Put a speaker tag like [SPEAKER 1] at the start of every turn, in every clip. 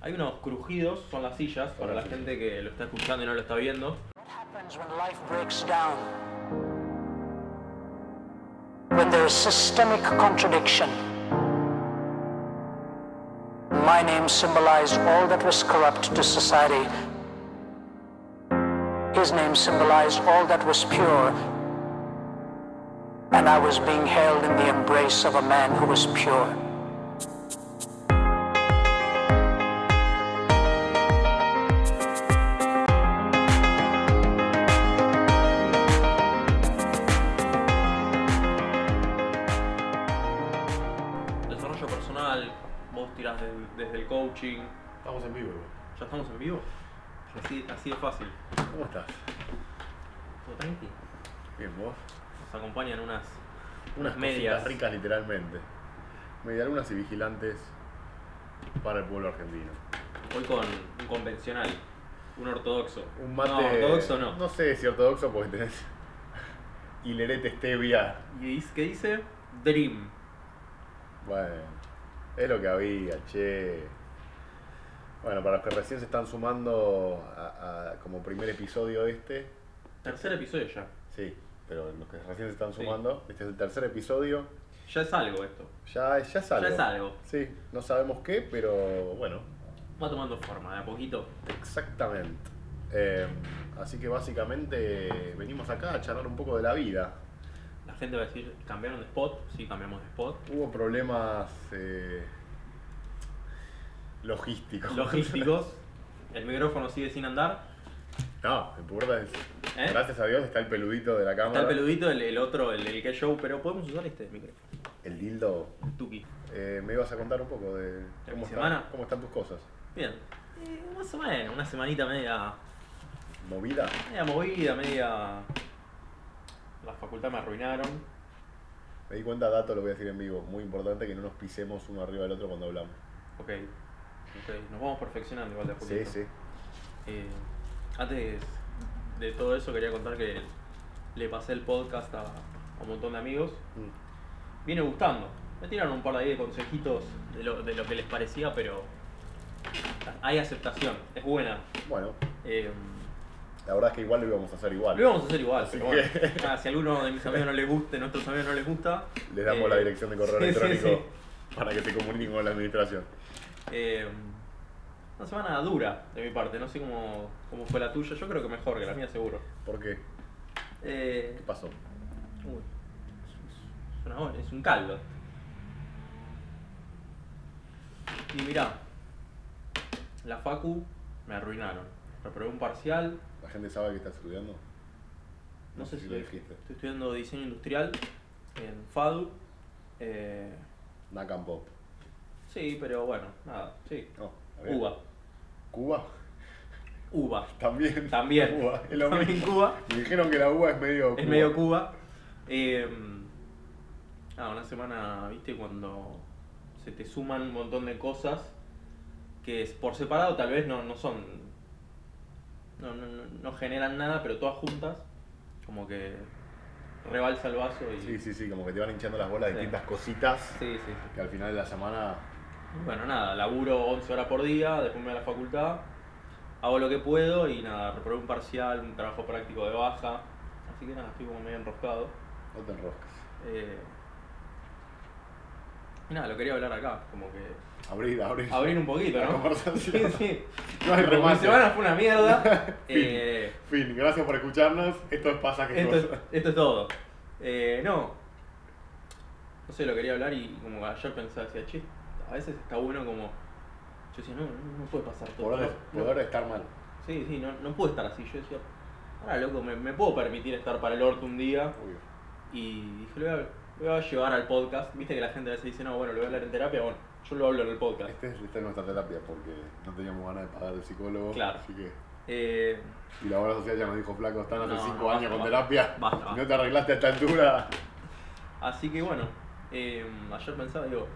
[SPEAKER 1] Hay unos crujidos, son las sillas, para la gente que lo está escuchando y no lo está viendo.
[SPEAKER 2] What happens when life breaks down? When there is systemic contradiction. My name symbolized all that was corrupt to society. His name symbolized all that was pure. And I was being held in the embrace of a man who was pure.
[SPEAKER 1] Desarrollo personal, vos tirás de- desde el coaching.
[SPEAKER 3] Estamos en vivo. güey.
[SPEAKER 1] ¿Ya estamos en vivo? Así, así de fácil.
[SPEAKER 3] ¿Cómo estás?
[SPEAKER 1] Todo tranqui.
[SPEAKER 3] Bien, vos.
[SPEAKER 1] Nos acompañan unas.
[SPEAKER 3] Unas
[SPEAKER 1] Medias.
[SPEAKER 3] medias ricas, literalmente. Medialunas y vigilantes para el pueblo argentino.
[SPEAKER 1] Hoy con un convencional, un ortodoxo.
[SPEAKER 3] Un mate.
[SPEAKER 1] No, ortodoxo no.
[SPEAKER 3] No sé si ortodoxo porque tenés. Hilerete stevia.
[SPEAKER 1] ¿Y dice- qué dice? Dream.
[SPEAKER 3] Bueno, es lo que había, che. Bueno, para los que recién se están sumando a- a- como primer episodio este,
[SPEAKER 1] Tercer episodio ya.
[SPEAKER 3] sí, pero los que recién se están
[SPEAKER 1] Sí.
[SPEAKER 3] sumando, este es el tercer episodio,
[SPEAKER 1] Ya es algo esto.
[SPEAKER 3] ya, es- ya es algo.
[SPEAKER 1] Ya es algo.
[SPEAKER 3] Sí, no sabemos qué, pero bueno,
[SPEAKER 1] Va tomando forma, de a poquito.
[SPEAKER 3] exactamente. Eh, así que básicamente venimos acá a charlar un poco de la vida.
[SPEAKER 1] La gente va a decir, ¿cambiaron de spot? Sí, cambiamos de spot.
[SPEAKER 3] Hubo problemas eh, logísticos.
[SPEAKER 1] Logísticos. El micrófono sigue sin andar.
[SPEAKER 3] no, en Puerta es-
[SPEAKER 1] ¿eh?
[SPEAKER 3] Gracias a Dios está el peludito de la cámara.
[SPEAKER 1] Está el peludito, el, el otro, el, el que show, pero podemos usar este micrófono.
[SPEAKER 3] El dildo.
[SPEAKER 1] El Tuki.
[SPEAKER 3] Eh, me ibas a contar un poco de
[SPEAKER 1] mi
[SPEAKER 3] cómo, está-
[SPEAKER 1] semana?
[SPEAKER 3] cómo están tus cosas.
[SPEAKER 1] Bien. Eh, más o menos, una semanita media,
[SPEAKER 3] ¿Movida?
[SPEAKER 1] media movida, media... La facultad me arruinaron.
[SPEAKER 3] Me di cuenta, dato, lo voy a decir en vivo. Muy importante que no nos pisemos uno arriba del otro cuando hablamos.
[SPEAKER 1] Ok. Ok, nos vamos perfeccionando igual de a
[SPEAKER 3] Sí,
[SPEAKER 1] poquito.
[SPEAKER 3] sí.
[SPEAKER 1] Eh, antes de todo eso quería contar que le pasé el podcast a, a un montón de amigos.
[SPEAKER 3] Mm.
[SPEAKER 1] Viene gustando. Me tiraron un par de ahí de consejitos de lo, de lo que les parecía, pero hay aceptación, es buena.
[SPEAKER 3] Bueno,
[SPEAKER 1] Eh,
[SPEAKER 3] la verdad es que igual lo íbamos a hacer igual.
[SPEAKER 1] lo íbamos a hacer igual,
[SPEAKER 3] Así
[SPEAKER 1] pero bueno.
[SPEAKER 3] que-
[SPEAKER 1] nada, si a alguno de mis amigos no les gusta, de nuestros amigos no les gusta.
[SPEAKER 3] Les damos
[SPEAKER 1] eh,
[SPEAKER 3] la dirección de correo
[SPEAKER 1] sí, sí,
[SPEAKER 3] electrónico
[SPEAKER 1] sí.
[SPEAKER 3] para que se comuniquen con la administración.
[SPEAKER 1] Eh, una semana dura de mi parte, no sé cómo, cómo fue la tuya, yo creo que mejor que la mía seguro.
[SPEAKER 3] ¿Por qué?
[SPEAKER 1] Eh,
[SPEAKER 3] ¿Qué pasó?
[SPEAKER 1] Uy, es una hora, es un caldo. Y mirá, la Facu me arruinaron. Reprobé un parcial,
[SPEAKER 3] ¿La gente sabe que estás estudiando?
[SPEAKER 1] no sé si
[SPEAKER 3] lo
[SPEAKER 1] lo
[SPEAKER 3] dijiste.
[SPEAKER 1] Estoy estudiando diseño industrial en FADU. Eh,
[SPEAKER 3] Nacan Pop.
[SPEAKER 1] sí, pero bueno, nada, sí.
[SPEAKER 3] No, a ver.
[SPEAKER 1] Cuba,
[SPEAKER 3] ¿Cuba?
[SPEAKER 1] Uva.
[SPEAKER 3] También.
[SPEAKER 1] También.
[SPEAKER 3] Cuba, es lo
[SPEAKER 1] También
[SPEAKER 3] mismo.
[SPEAKER 1] Cuba.
[SPEAKER 3] Me dijeron que la uva es medio
[SPEAKER 1] Es medio Cuba. Eh, ah, una semana, viste, cuando se te suman un montón de cosas que es- por separado tal vez no, no son. No, no, no- no generan nada, pero todas juntas, como que rebalsa el vaso y.
[SPEAKER 3] Sí, sí, sí, como que te van hinchando las bolas de
[SPEAKER 1] Sí.
[SPEAKER 3] distintas cositas
[SPEAKER 1] Sí, sí, sí.
[SPEAKER 3] que al final de la semana.
[SPEAKER 1] Bueno, nada, laburo 11 horas por día, después me voy a la facultad, hago lo que puedo y nada, reprobé un parcial, un trabajo práctico de baja, así que nada, estoy como medio enroscado.
[SPEAKER 3] No te enrosques.
[SPEAKER 1] Eh, y nada, lo quería hablar acá, como que
[SPEAKER 3] Abrir, abrir.
[SPEAKER 1] abrir un poquito,
[SPEAKER 3] La
[SPEAKER 1] ¿no? Sí,
[SPEAKER 3] conversación.
[SPEAKER 1] sí.
[SPEAKER 3] No hay
[SPEAKER 1] Como mi
[SPEAKER 3] remate.
[SPEAKER 1] semana fue una mierda. eh,
[SPEAKER 3] Fin, gracias por escucharnos. Esto es pasaje
[SPEAKER 1] esto, es, esto es todo. Eh, no, no sé, lo quería hablar y como ayer pensaba, decía, che, a veces está bueno como... Yo decía, no, no, no puede pasar todo.
[SPEAKER 3] Poder,
[SPEAKER 1] no,
[SPEAKER 3] poder estar mal.
[SPEAKER 1] Sí, sí, no, no puedo estar así. Yo decía, ahora loco, me, me puedo permitir estar para el orto un día.
[SPEAKER 3] Obvio.
[SPEAKER 1] Y dije, lo voy, a, lo voy a llevar al podcast. Viste que la gente a veces dice, no, bueno, lo voy a hablar en terapia. Bueno, yo lo hablo en el podcast.
[SPEAKER 3] Este es, esta es nuestra terapia porque no teníamos ganas de pagar el psicólogo.
[SPEAKER 1] Claro.
[SPEAKER 3] Así que.
[SPEAKER 1] Eh,
[SPEAKER 3] Y la obra social ya nos dijo, flaco, están hace
[SPEAKER 1] No,
[SPEAKER 3] 5
[SPEAKER 1] no, basta,
[SPEAKER 3] años con
[SPEAKER 1] basta.
[SPEAKER 3] terapia.
[SPEAKER 1] Basta,
[SPEAKER 3] Si
[SPEAKER 1] basta.
[SPEAKER 3] no te arreglaste a esta altura.
[SPEAKER 1] así que bueno, eh, ayer pensaba, digo,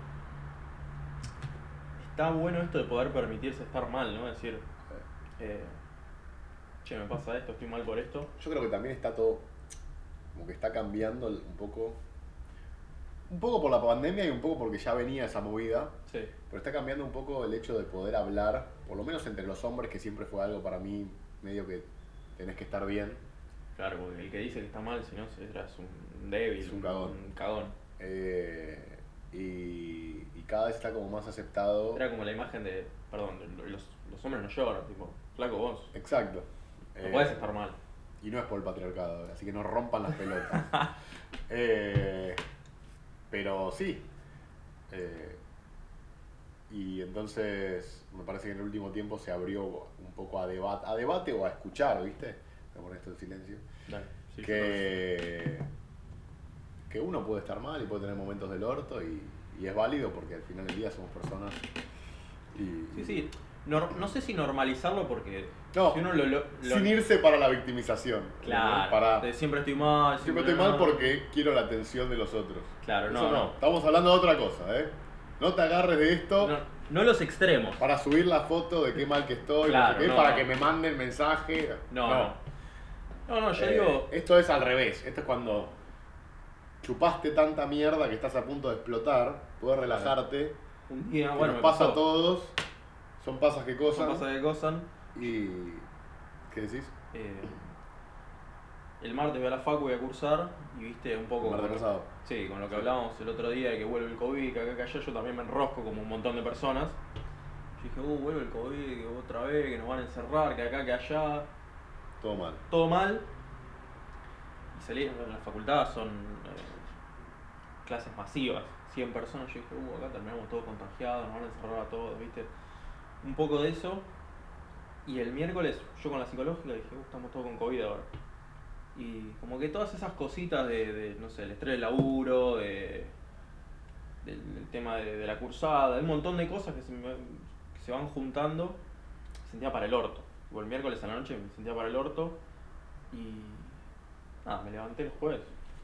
[SPEAKER 1] está bueno esto de poder permitirse estar mal, ¿no? Es decir, eh, che, me pasa esto, estoy mal por esto.
[SPEAKER 3] Yo creo que también está todo. Como que está cambiando un poco. Un poco por la pandemia y un poco porque ya venía esa movida.
[SPEAKER 1] Sí.
[SPEAKER 3] Pero está cambiando un poco el hecho de poder hablar, por lo menos entre los hombres, que siempre fue algo para mí medio que tenés que estar bien.
[SPEAKER 1] Claro, porque el que dice que está mal, si no, es un débil.
[SPEAKER 3] Es un cagón.
[SPEAKER 1] Un cagón.
[SPEAKER 3] Eh, y, y cada vez está como más aceptado.
[SPEAKER 1] Era como la imagen de, perdón, de los, los hombres no lloran, tipo, flaco vos,
[SPEAKER 3] Exacto.
[SPEAKER 1] no
[SPEAKER 3] Eh,
[SPEAKER 1] podés estar mal.
[SPEAKER 3] Y no es por el patriarcado, así que no rompan las pelotas. Eh, pero sí. Eh, y entonces me parece que en el último tiempo se abrió un poco a debate, a debate o a escuchar, ¿viste? Me pones esto en silencio.
[SPEAKER 1] Dale, sí,
[SPEAKER 3] que, que uno puede estar mal y puede tener momentos del orto y, y es válido porque al final del día somos personas. Y,
[SPEAKER 1] Sí, sí. No, no sé si normalizarlo porque
[SPEAKER 3] No,
[SPEAKER 1] si uno lo... lo- lo-
[SPEAKER 3] Sin irse para la victimización.
[SPEAKER 1] Claro,
[SPEAKER 3] Para,
[SPEAKER 1] de siempre estoy mal.
[SPEAKER 3] Siempre estoy mal porque quiero la atención de los otros.
[SPEAKER 1] Claro, no,
[SPEAKER 3] Eso
[SPEAKER 1] no.
[SPEAKER 3] Estamos hablando de otra cosa, ¿eh? No te agarres de esto
[SPEAKER 1] No, no los extremos.
[SPEAKER 3] para subir la foto de qué mal que estoy, no sé
[SPEAKER 1] Claro,
[SPEAKER 3] qué,
[SPEAKER 1] no,
[SPEAKER 3] para
[SPEAKER 1] no.
[SPEAKER 3] que me manden mensaje.
[SPEAKER 1] No, no. No, no, yo
[SPEAKER 3] Eh,
[SPEAKER 1] digo...
[SPEAKER 3] Esto es al revés. Esto es cuando chupaste tanta mierda que estás a punto de explotar, puedes relajarte.
[SPEAKER 1] Un día,
[SPEAKER 3] que
[SPEAKER 1] Ah, bueno,
[SPEAKER 3] nos
[SPEAKER 1] me
[SPEAKER 3] eh, pasa
[SPEAKER 1] pasó.
[SPEAKER 3] a todos. Son pasas que
[SPEAKER 1] Son
[SPEAKER 3] cosas.
[SPEAKER 1] cosas que gozan.
[SPEAKER 3] Y. ¿Qué decís?
[SPEAKER 1] Eh, el martes voy a la facu, voy a cursar y viste un poco...
[SPEAKER 3] Mar de
[SPEAKER 1] con-
[SPEAKER 3] pasado.
[SPEAKER 1] Sí, con lo que
[SPEAKER 3] Sí.
[SPEAKER 1] hablábamos el otro día de que vuelve el COVID, que acá que allá, yo también me enrosco como un montón de personas. Yo dije, uh, vuelve el COVID, que otra vez, que nos van a encerrar, que acá, que allá,
[SPEAKER 3] Todo mal.
[SPEAKER 1] todo mal. Y salí de la facultad, son eh, clases masivas, 100 personas. Yo dije, uh, acá terminamos todos contagiados, nos van a encerrar a todos, ¿viste? Un poco de eso. Y el miércoles, yo con la psicológica dije, uh, estamos todos con COVID ahora. Y como que todas esas cositas de, de, no sé, el estrés del laburo, de, del, del tema de, de la cursada, un montón de cosas que se, me- que se van juntando, me sentía para el orto. Tipo, el miércoles a la noche me sentía para el orto y. Nada, me levanté el jueves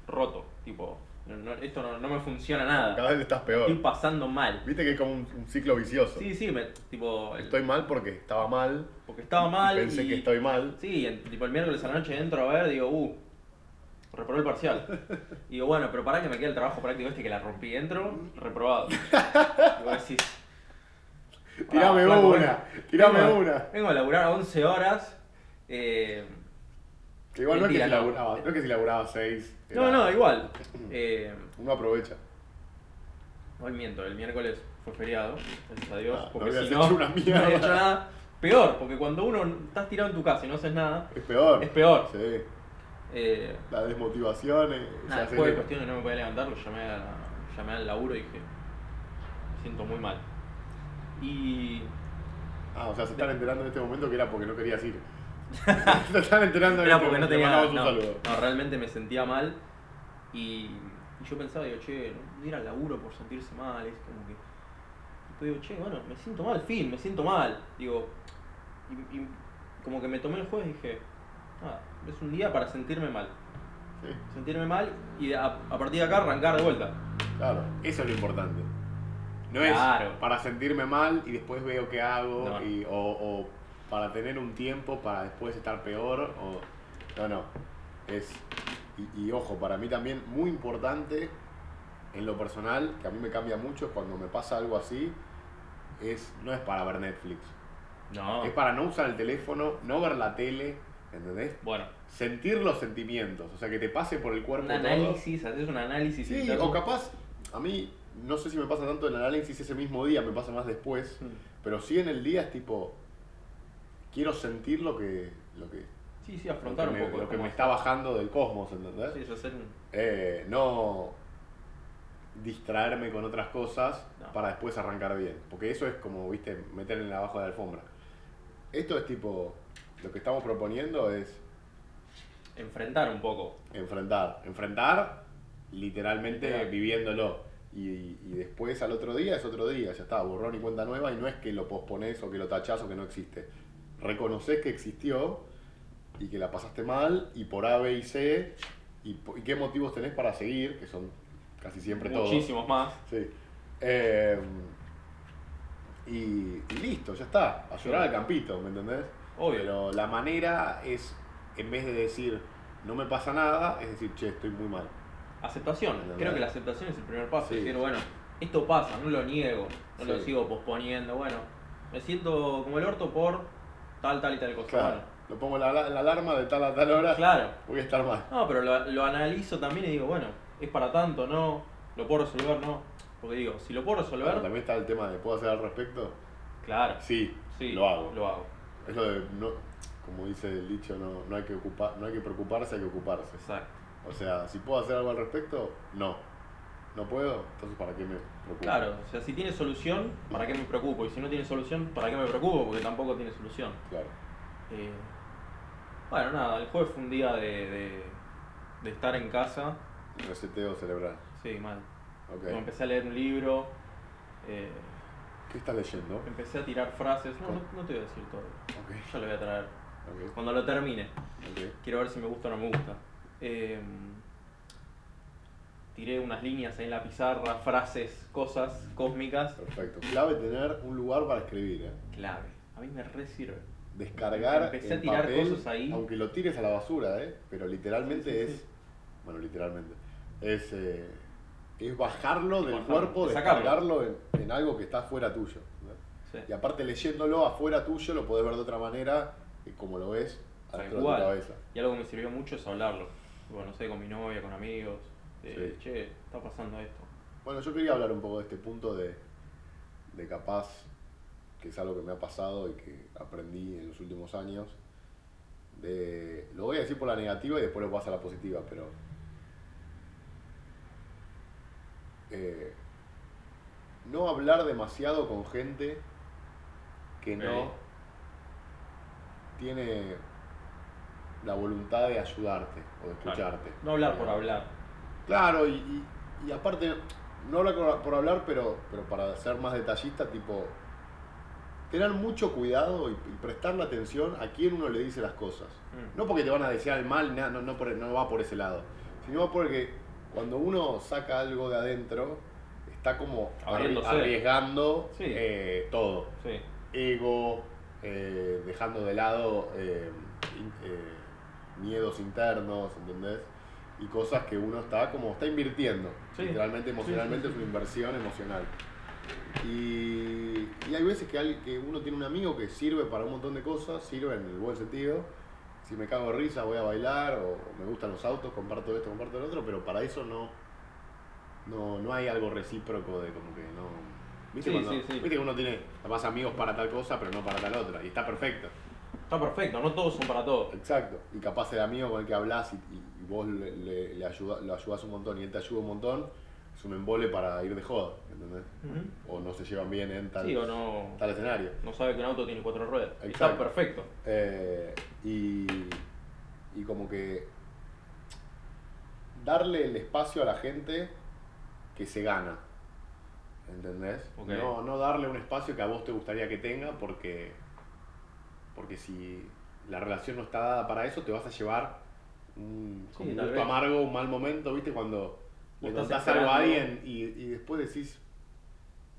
[SPEAKER 1] roto. Tipo, no- no- esto no, no me funciona nada.
[SPEAKER 3] Cada vez estás peor.
[SPEAKER 1] Estoy pasando mal.
[SPEAKER 3] Viste que es como un, un ciclo vicioso.
[SPEAKER 1] Sí, sí, me, tipo, el-
[SPEAKER 3] Estoy mal porque estaba mal.
[SPEAKER 1] porque estaba
[SPEAKER 3] y
[SPEAKER 1] mal.
[SPEAKER 3] Pensé
[SPEAKER 1] y-
[SPEAKER 3] que estoy mal.
[SPEAKER 1] Sí, en- tipo el miércoles a la noche entro a ver, digo, uh, reprobé el parcial. Y digo, bueno, pero pará que me queda el trabajo práctico este que la rompí, entro, reprobado. Y vos decís,
[SPEAKER 3] Tirame
[SPEAKER 1] "Ah, flaco,
[SPEAKER 3] una,
[SPEAKER 1] vengo-
[SPEAKER 3] tirame
[SPEAKER 1] vengo a-
[SPEAKER 3] una.
[SPEAKER 1] Vengo a laburar 11 horas. eh,
[SPEAKER 3] Que igual no es que,
[SPEAKER 1] Mentira,
[SPEAKER 3] si
[SPEAKER 1] no.
[SPEAKER 3] laburaba, no es que si laburaba 6.
[SPEAKER 1] no, no, igual. Eh,
[SPEAKER 3] Uno aprovecha.
[SPEAKER 1] hoy miento, el miércoles fue feriado, gracias a Dios.
[SPEAKER 3] Ah, no
[SPEAKER 1] porque
[SPEAKER 3] habías
[SPEAKER 1] si no,
[SPEAKER 3] hecho una mierda.
[SPEAKER 1] no había hecho nada. Peor, porque cuando uno estás tirado en tu casa y no haces nada,
[SPEAKER 3] Es peor.
[SPEAKER 1] Es peor.
[SPEAKER 3] Sí.
[SPEAKER 1] eh,
[SPEAKER 3] La desmotivación. eh,
[SPEAKER 1] Nada,
[SPEAKER 3] ya sé
[SPEAKER 1] después de
[SPEAKER 3] que-
[SPEAKER 1] cuestión que no me podía levantar, lo llamé, a la- llamé al laburo y dije, me siento muy mal. Y
[SPEAKER 3] Ah, o sea, se están enterando en este momento que era porque no querías ir. se están enterando en
[SPEAKER 1] era
[SPEAKER 3] este
[SPEAKER 1] porque no
[SPEAKER 3] momento. Te
[SPEAKER 1] tenía
[SPEAKER 3] mandamos un
[SPEAKER 1] no,
[SPEAKER 3] saludo.
[SPEAKER 1] no, realmente me sentía mal y, y yo pensaba, digo, che, no ir al laburo por sentirse mal, es como que... Después digo, che, bueno, me siento mal, fin, me siento mal. Digo, y, y como que me tomé el jueves y dije, ah, es un día para sentirme mal.
[SPEAKER 3] Sí,
[SPEAKER 1] Sentirme mal y a, a partir de acá arrancar de vuelta.
[SPEAKER 3] claro. Eso es lo importante. No es
[SPEAKER 1] Claro.
[SPEAKER 3] para sentirme mal y después veo qué hago.
[SPEAKER 1] No.
[SPEAKER 3] y- o, o para tener un tiempo para después estar peor. O... No, no. Es. Y, y ojo, para mí también muy importante en lo personal, que a mí me cambia mucho cuando me pasa algo así, es no es para ver Netflix.
[SPEAKER 1] No.
[SPEAKER 3] Es para no usar el teléfono, no ver la tele, ¿entendés?
[SPEAKER 1] Bueno,
[SPEAKER 3] sentir los sentimientos, o sea, que te pase por el cuerpo
[SPEAKER 1] Un
[SPEAKER 3] todo.
[SPEAKER 1] análisis, haces un análisis
[SPEAKER 3] Sí,
[SPEAKER 1] interno.
[SPEAKER 3] o capaz, a mí, no sé si me pasa tanto el análisis ese mismo día, me pasa más después, pero sí en el día es tipo, quiero sentir lo que, lo que,
[SPEAKER 1] Sí, sí,
[SPEAKER 3] lo
[SPEAKER 1] afrontar
[SPEAKER 3] que,
[SPEAKER 1] un
[SPEAKER 3] me,
[SPEAKER 1] poco.
[SPEAKER 3] lo que
[SPEAKER 1] como-
[SPEAKER 3] me está bajando del cosmos, ¿entendés?
[SPEAKER 1] Sí, es hacer un-
[SPEAKER 3] Eh, no distraerme con otras cosas
[SPEAKER 1] No.
[SPEAKER 3] para después arrancar bien, porque eso es como, viste, meter en el abajo de la alfombra. Esto es tipo, lo que estamos proponiendo es
[SPEAKER 1] enfrentar un poco.
[SPEAKER 3] Enfrentar. Enfrentar, literalmente
[SPEAKER 1] Literal.
[SPEAKER 3] viviéndolo. Y, y después al otro día es otro día, ya está, borrón y cuenta nueva. Y no es que lo pospones o que lo tachás o que no existe. Reconoces que existió y que la pasaste mal y por A, B y C. Y, po- y qué motivos tenés para seguir, que son casi siempre todos.
[SPEAKER 1] Muchísimos más.
[SPEAKER 3] Sí. Eh, y, y listo, ya está. A llorar al campito, ¿me entendés?
[SPEAKER 1] Obvio.
[SPEAKER 3] Pero la manera es, en vez de decir no me pasa nada, es decir, che, estoy muy mal.
[SPEAKER 1] Aceptación.
[SPEAKER 3] La
[SPEAKER 1] Creo
[SPEAKER 3] verdad.
[SPEAKER 1] que la aceptación es el primer paso.
[SPEAKER 3] Sí.
[SPEAKER 1] Decir, bueno, esto pasa, no lo niego, no lo
[SPEAKER 3] Sí.
[SPEAKER 1] sigo posponiendo, bueno, me siento como el orto por tal, tal y tal cosa.
[SPEAKER 3] Claro. Lo pongo la, la- la alarma de tal a tal hora.
[SPEAKER 1] Bueno, claro.
[SPEAKER 3] Voy a estar mal.
[SPEAKER 1] No, pero lo, lo analizo también y digo, bueno, es para tanto, no, lo puedo resolver, no. Porque digo, si lo puedo resolver,
[SPEAKER 3] Ahora, también está el tema de ¿puedo hacer al respecto?
[SPEAKER 1] claro,
[SPEAKER 3] Sí,
[SPEAKER 1] sí,
[SPEAKER 3] lo hago.
[SPEAKER 1] Lo hago,
[SPEAKER 3] Es lo de, no, como dice el dicho, no, no, hay que ocupar, no hay que preocuparse, hay que ocuparse.
[SPEAKER 1] exacto.
[SPEAKER 3] O sea, si puedo hacer algo al respecto, no. No puedo, entonces ¿para qué me preocupo?
[SPEAKER 1] Claro, o sea, si tiene solución, ¿para qué me preocupo? Y si no tiene solución, ¿para qué me preocupo? Porque tampoco tiene solución.
[SPEAKER 3] Claro.
[SPEAKER 1] Eh, bueno, nada, el jueves fue un día de, de, de estar en casa.
[SPEAKER 3] Reseteo cerebral.
[SPEAKER 1] Sí, mal.
[SPEAKER 3] Ok.
[SPEAKER 1] Como Empecé a leer un libro, eh,
[SPEAKER 3] ¿Qué estás leyendo?
[SPEAKER 1] empecé a tirar frases. No, no, no te voy a decir todo,
[SPEAKER 3] Ok.
[SPEAKER 1] ya lo voy a traer.
[SPEAKER 3] Ok.
[SPEAKER 1] Cuando lo termine,
[SPEAKER 3] Ok.
[SPEAKER 1] quiero ver si me gusta o no me gusta. Eh, tiré unas líneas ahí en la pizarra, frases, cosas cósmicas.
[SPEAKER 3] Perfecto. Clave tener un lugar para escribir. ¿eh?
[SPEAKER 1] Clave. A mí me re sirve.
[SPEAKER 3] Descargar
[SPEAKER 1] Empecé a
[SPEAKER 3] en
[SPEAKER 1] tirar
[SPEAKER 3] papel,
[SPEAKER 1] cosas ahí.
[SPEAKER 3] aunque lo tires a la basura, ¿eh? pero literalmente
[SPEAKER 1] Sí, sí,
[SPEAKER 3] es,
[SPEAKER 1] sí.
[SPEAKER 3] bueno, literalmente, es, eh, es bajarlo del
[SPEAKER 1] Bajarlo,
[SPEAKER 3] cuerpo,
[SPEAKER 1] de sacarlo.
[SPEAKER 3] descargarlo en, en algo que está afuera tuyo. ¿no?
[SPEAKER 1] Sí.
[SPEAKER 3] Y aparte leyéndolo afuera tuyo lo podés ver de otra manera, que como lo ves
[SPEAKER 1] Tal
[SPEAKER 3] adentro de tu
[SPEAKER 1] cual.
[SPEAKER 3] cabeza.
[SPEAKER 1] Y algo que me sirvió mucho es hablarlo. Bueno, no sé, con mi novia, con amigos. eh,
[SPEAKER 3] Sí.
[SPEAKER 1] Che, está pasando esto.
[SPEAKER 3] Bueno, yo quería hablar un poco de este punto de, de capaz, que es algo que me ha pasado y que aprendí en los últimos años. De, lo voy a decir por la negativa y después lo paso a la positiva, pero. eh, no hablar demasiado con gente que no
[SPEAKER 1] Ok.
[SPEAKER 3] tiene la voluntad de ayudarte o de
[SPEAKER 1] Claro.
[SPEAKER 3] escucharte.
[SPEAKER 1] No hablar por
[SPEAKER 3] Digamos.
[SPEAKER 1] hablar.
[SPEAKER 3] Claro, y, y- y aparte, no habla por, por hablar, pero, pero para ser más detallista, tipo, tener mucho cuidado y, y prestarle atención a quién uno le dice las cosas.
[SPEAKER 1] Mm.
[SPEAKER 3] No porque te van a desear el mal, na- no, no, por- no va por ese lado, sino porque cuando uno saca algo de adentro, está como arri-
[SPEAKER 1] Abriéndose.
[SPEAKER 3] arriesgando
[SPEAKER 1] Sí.
[SPEAKER 3] eh, todo.
[SPEAKER 1] Sí.
[SPEAKER 3] Ego, eh, dejando de lado eh, in- eh, miedos internos, ¿entendés? Y cosas que uno está como, está invirtiendo.
[SPEAKER 1] Sí.
[SPEAKER 3] Literalmente, emocionalmente
[SPEAKER 1] Sí, sí, sí.
[SPEAKER 3] es una inversión emocional. Y, y hay veces que, al- que uno tiene un amigo que sirve para un montón de cosas, sirve en el buen sentido. Si me cago de risa, voy a bailar, o me gustan los autos, comparto esto, comparto lo otro, pero para eso no, no, no hay algo recíproco de como que no. ¿Viste,
[SPEAKER 1] Sí,
[SPEAKER 3] cuando-
[SPEAKER 1] sí, sí.
[SPEAKER 3] viste que uno tiene más amigos para tal cosa, pero no para tal otra, y está perfecto.
[SPEAKER 1] Está perfecto, no todos son para todos.
[SPEAKER 3] Exacto. Y capaz el amigo con el que hablas y, y- y vos le, le- le ayuda- lo ayudás un montón y él te ayuda un montón, es un embole para ir de joda, ¿entendés?
[SPEAKER 1] Ujú.
[SPEAKER 3] O no se llevan bien en tal,
[SPEAKER 1] Sí o no.
[SPEAKER 3] tal escenario.
[SPEAKER 1] No sabe que un auto tiene cuatro ruedas. Y Está
[SPEAKER 3] Exacto.
[SPEAKER 1] perfecto.
[SPEAKER 3] Eh, y, y como que darle el espacio a la gente que se gana. ¿Entendés?
[SPEAKER 1] Ok.
[SPEAKER 3] No, no darle un espacio que a vos te gustaría que tenga porque, porque si la relación no está dada para eso, te vas a llevar un,
[SPEAKER 1] Sí,
[SPEAKER 3] como un
[SPEAKER 1] tal
[SPEAKER 3] gusto
[SPEAKER 1] vez.
[SPEAKER 3] amargo, un mal momento, ¿viste? Cuando le
[SPEAKER 1] estás
[SPEAKER 3] contás algo a
[SPEAKER 1] esperando.
[SPEAKER 3] alguien y, y después decís,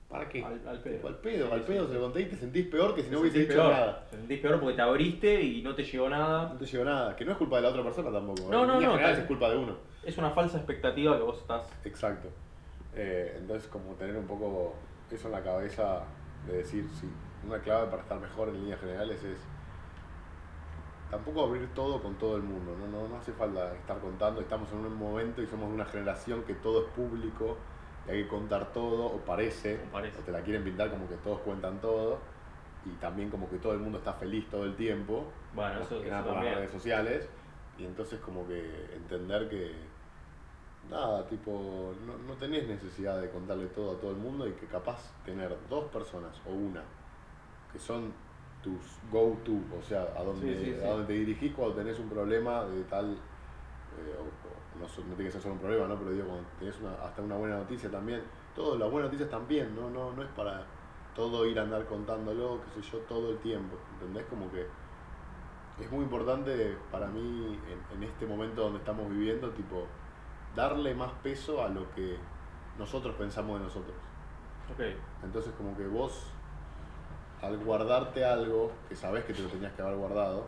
[SPEAKER 3] ¿para qué?
[SPEAKER 1] Al, al pedo.
[SPEAKER 3] Al pedo,
[SPEAKER 1] Sí,
[SPEAKER 3] al
[SPEAKER 1] sí.
[SPEAKER 3] pedo se lo conté y te sentís peor que si
[SPEAKER 1] Te
[SPEAKER 3] no hubiese
[SPEAKER 1] sentís
[SPEAKER 3] dicho
[SPEAKER 1] peor.
[SPEAKER 3] nada.
[SPEAKER 1] Te sentís peor porque te abriste y no te llegó nada.
[SPEAKER 3] No te llegó nada, que no es culpa de la otra persona tampoco. ¿eh?
[SPEAKER 1] No,
[SPEAKER 3] en
[SPEAKER 1] no,
[SPEAKER 3] líneas
[SPEAKER 1] no,
[SPEAKER 3] generales
[SPEAKER 1] tal-
[SPEAKER 3] es culpa de uno.
[SPEAKER 1] Es una falsa expectativa que vos estás.
[SPEAKER 3] Exacto. Eh, entonces, como tener un poco eso en la cabeza de decir, sí, una clave para estar mejor en líneas generales es tampoco abrir todo con todo el mundo. No, no, no hace falta estar contando. Estamos en un momento y somos de una generación que todo es público y hay que contar todo, o parece,
[SPEAKER 1] O parece.
[SPEAKER 3] o te la quieren pintar como que todos cuentan todo y también como que todo el mundo está feliz todo el tiempo
[SPEAKER 1] Bueno,
[SPEAKER 3] más
[SPEAKER 1] eso,
[SPEAKER 3] que
[SPEAKER 1] eso
[SPEAKER 3] nada por las
[SPEAKER 1] también.
[SPEAKER 3] redes sociales. Y entonces como que entender que nada, tipo, no, no tenés necesidad de contarle todo a todo el mundo y que capaz tener dos personas o una que son tus go-to, o sea, a donde,
[SPEAKER 1] Sí, sí, sí.
[SPEAKER 3] a donde te dirigís cuando tenés un problema de tal, eh, o- o no, so- no tiene que ser solo un problema, ¿no? Pero digo, cuando tenés una- hasta una buena noticia también, todo, las buenas noticias también, ¿no? No, no es para todo ir a andar contándolo, qué sé yo, todo el tiempo, ¿entendés? Como que es muy importante para mí en, en este momento donde estamos viviendo, tipo, darle más peso a lo que nosotros pensamos de nosotros.
[SPEAKER 1] Ok.
[SPEAKER 3] Entonces como que vos, al guardarte algo que sabés que te lo tenías que haber guardado,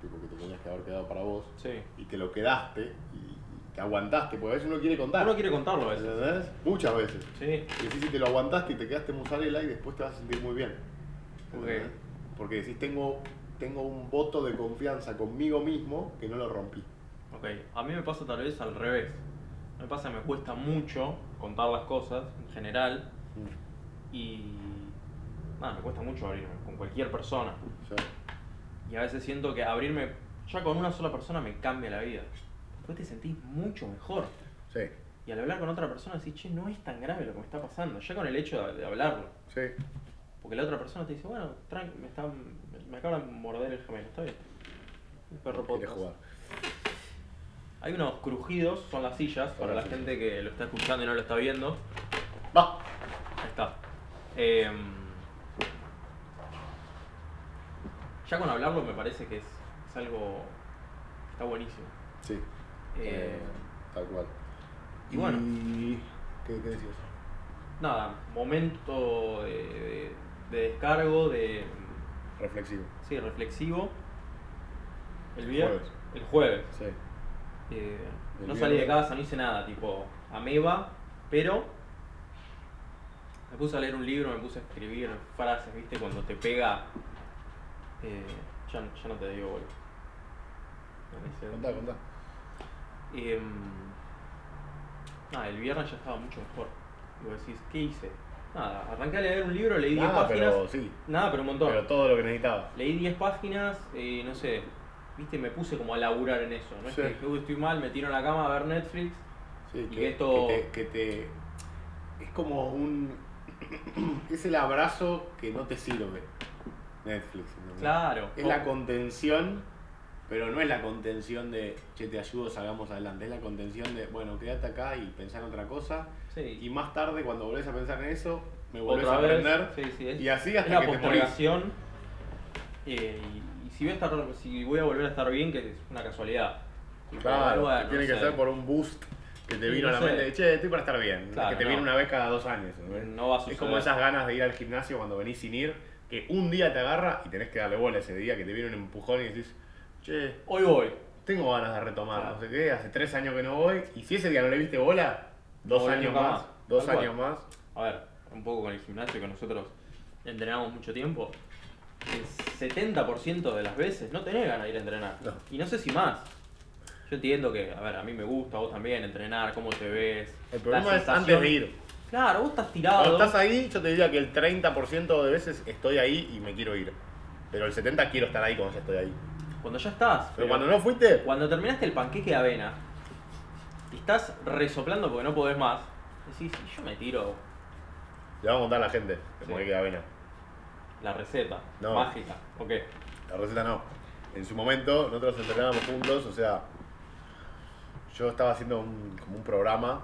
[SPEAKER 3] tipo que te tenías que haber quedado para vos,
[SPEAKER 1] Sí.
[SPEAKER 3] y te lo quedaste, y, y te aguantaste, porque a veces uno quiere contar.
[SPEAKER 1] Uno quiere contarlo a veces.
[SPEAKER 3] ¿Entendés? Muchas veces.
[SPEAKER 1] Sí.
[SPEAKER 3] Y Decís si te lo aguantaste y te quedaste mozzarella y después te vas a sentir muy bien. ¿Entendés?
[SPEAKER 1] Ok.
[SPEAKER 3] Porque decís, tengo, tengo un voto de confianza conmigo mismo que no lo rompí.
[SPEAKER 1] Ok, a mí me pasa tal vez al revés. Me pasa que me cuesta mucho contar las cosas en general y. Nada, me cuesta mucho abrirme con cualquier persona.
[SPEAKER 3] Ya.
[SPEAKER 1] Y a veces siento que abrirme ya con una sola persona me cambia la vida. Después te sentís mucho mejor.
[SPEAKER 3] Sí,
[SPEAKER 1] Y al hablar con otra persona decís, che, no es tan grave lo que me está pasando. Ya con el hecho de, de hablarlo.
[SPEAKER 3] sí.
[SPEAKER 1] Porque la otra persona te dice, bueno, tran- me, está, me acaba de morder el gemelo, está bien. El perro
[SPEAKER 3] Quiere
[SPEAKER 1] podcast.
[SPEAKER 3] jugar.
[SPEAKER 1] Hay unos crujidos, son las sillas, para
[SPEAKER 3] Ahora
[SPEAKER 1] la
[SPEAKER 3] sí.
[SPEAKER 1] gente que lo está escuchando y no lo está viendo.
[SPEAKER 3] Va.
[SPEAKER 1] Ahí está. Em, ya con hablarlo me parece que es, es algo. Está buenísimo.
[SPEAKER 3] Sí.
[SPEAKER 1] Eh,
[SPEAKER 3] Eh, tal cual.
[SPEAKER 1] y bueno.
[SPEAKER 3] Y- ¿Qué, qué decías?
[SPEAKER 1] Nada, momento de, de- de descargo, de.
[SPEAKER 3] Reflexivo.
[SPEAKER 1] Sí, reflexivo. El
[SPEAKER 3] El
[SPEAKER 1] viernes.
[SPEAKER 3] jueves.
[SPEAKER 1] El jueves.
[SPEAKER 3] Sí.
[SPEAKER 1] Eh,
[SPEAKER 3] El
[SPEAKER 1] no salí de
[SPEAKER 3] viernes.
[SPEAKER 1] casa, no hice nada, tipo, ameba, pero me puse a leer un libro, me puse a escribir frases, viste, cuando te pega. eh, ya, ya no te digo, boludo. No me sé.
[SPEAKER 3] Contá, contá.
[SPEAKER 1] Em, nada, el viernes ya estaba mucho mejor. Y vos decís, ¿qué hice? Nada, arranqué a leer un libro, leí 10
[SPEAKER 3] Nada,
[SPEAKER 1] páginas.
[SPEAKER 3] Ah, pero sí.
[SPEAKER 1] Nada, pero un montón.
[SPEAKER 3] Pero todo lo que necesitaba.
[SPEAKER 1] Leí 10 páginas, eh, no sé, viste, me puse como a laburar en eso. No es
[SPEAKER 3] Sí.
[SPEAKER 1] que "Uy, estoy mal, me tiro en la cama a ver Netflix.
[SPEAKER 3] Sí,
[SPEAKER 1] Y esto-
[SPEAKER 3] que te- que te. Es como un. es el abrazo que no te sirve. Netflix. ¿entendés?
[SPEAKER 1] Claro.
[SPEAKER 3] Es la contención, pero no es la contención de che, te ayudo, salgamos adelante. Es la contención de, bueno, quédate acá y pensar en otra cosa. Y
[SPEAKER 1] Sí.
[SPEAKER 3] más tarde, cuando volvés a pensar en eso, me volvés
[SPEAKER 1] Otra
[SPEAKER 3] a
[SPEAKER 1] vez.
[SPEAKER 3] aprender.
[SPEAKER 1] Sí, sí, es-
[SPEAKER 3] Y así
[SPEAKER 1] es
[SPEAKER 3] hasta
[SPEAKER 1] la
[SPEAKER 3] que te morís.
[SPEAKER 1] postergación. Eh, y, y si voy a estar, si voy a volver a estar bien, que es una casualidad. Tipo,
[SPEAKER 3] Claro,
[SPEAKER 1] bueno,
[SPEAKER 3] tiene que
[SPEAKER 1] no sé.
[SPEAKER 3] ser por un boost que te
[SPEAKER 1] Y
[SPEAKER 3] vino
[SPEAKER 1] no
[SPEAKER 3] a
[SPEAKER 1] sé.
[SPEAKER 3] la mente de, che, estoy para estar bien.
[SPEAKER 1] Claro,
[SPEAKER 3] que te
[SPEAKER 1] no.
[SPEAKER 3] viene una vez cada dos años. ¿entendés?
[SPEAKER 1] No va a
[SPEAKER 3] Es
[SPEAKER 1] suceder.
[SPEAKER 3] como esas ganas de ir al gimnasio cuando venís sin ir, que un día te agarra y tenés que darle bola ese día, que te viene un empujón y decís, che,
[SPEAKER 1] Hoy voy.
[SPEAKER 3] tengo ganas de retomar,
[SPEAKER 1] Claro.
[SPEAKER 3] no sé qué, hace tres años que no voy, y si ese día no le viste bola, dos
[SPEAKER 1] volvés
[SPEAKER 3] años
[SPEAKER 1] nunca
[SPEAKER 3] más,
[SPEAKER 1] más.
[SPEAKER 3] dos
[SPEAKER 1] Tal
[SPEAKER 3] años más,
[SPEAKER 1] A ver, un poco con el gimnasio que nosotros entrenamos mucho tiempo. El 70% de las veces no tenés ganas de ir a entrenar.
[SPEAKER 3] No.
[SPEAKER 1] Y no sé si más. Yo entiendo que, a ver, a mí me gusta, a vos también, entrenar, cómo te ves.
[SPEAKER 3] el
[SPEAKER 1] la
[SPEAKER 3] problema es
[SPEAKER 1] sensación.
[SPEAKER 3] antes de ir.
[SPEAKER 1] Claro, vos estás tirado.
[SPEAKER 3] Cuando estás ahí, yo te diría que el 30% de veces estoy ahí y me quiero ir. Pero el 70% quiero estar ahí cuando ya estoy ahí.
[SPEAKER 1] Cuando ya estás.
[SPEAKER 3] Pero cuando no fuiste,
[SPEAKER 1] Cuando terminaste el panqueque de avena y estás resoplando porque no podés más, decís, "Y yo me tiro
[SPEAKER 3] le vamos a contar a la gente. El
[SPEAKER 1] Sí.
[SPEAKER 3] moleque de avena.
[SPEAKER 1] la receta
[SPEAKER 3] No.
[SPEAKER 1] mágica. Ok.
[SPEAKER 3] La receta no. En su momento, nosotros entrenábamos juntos, o sea, yo estaba haciendo un, como un programa.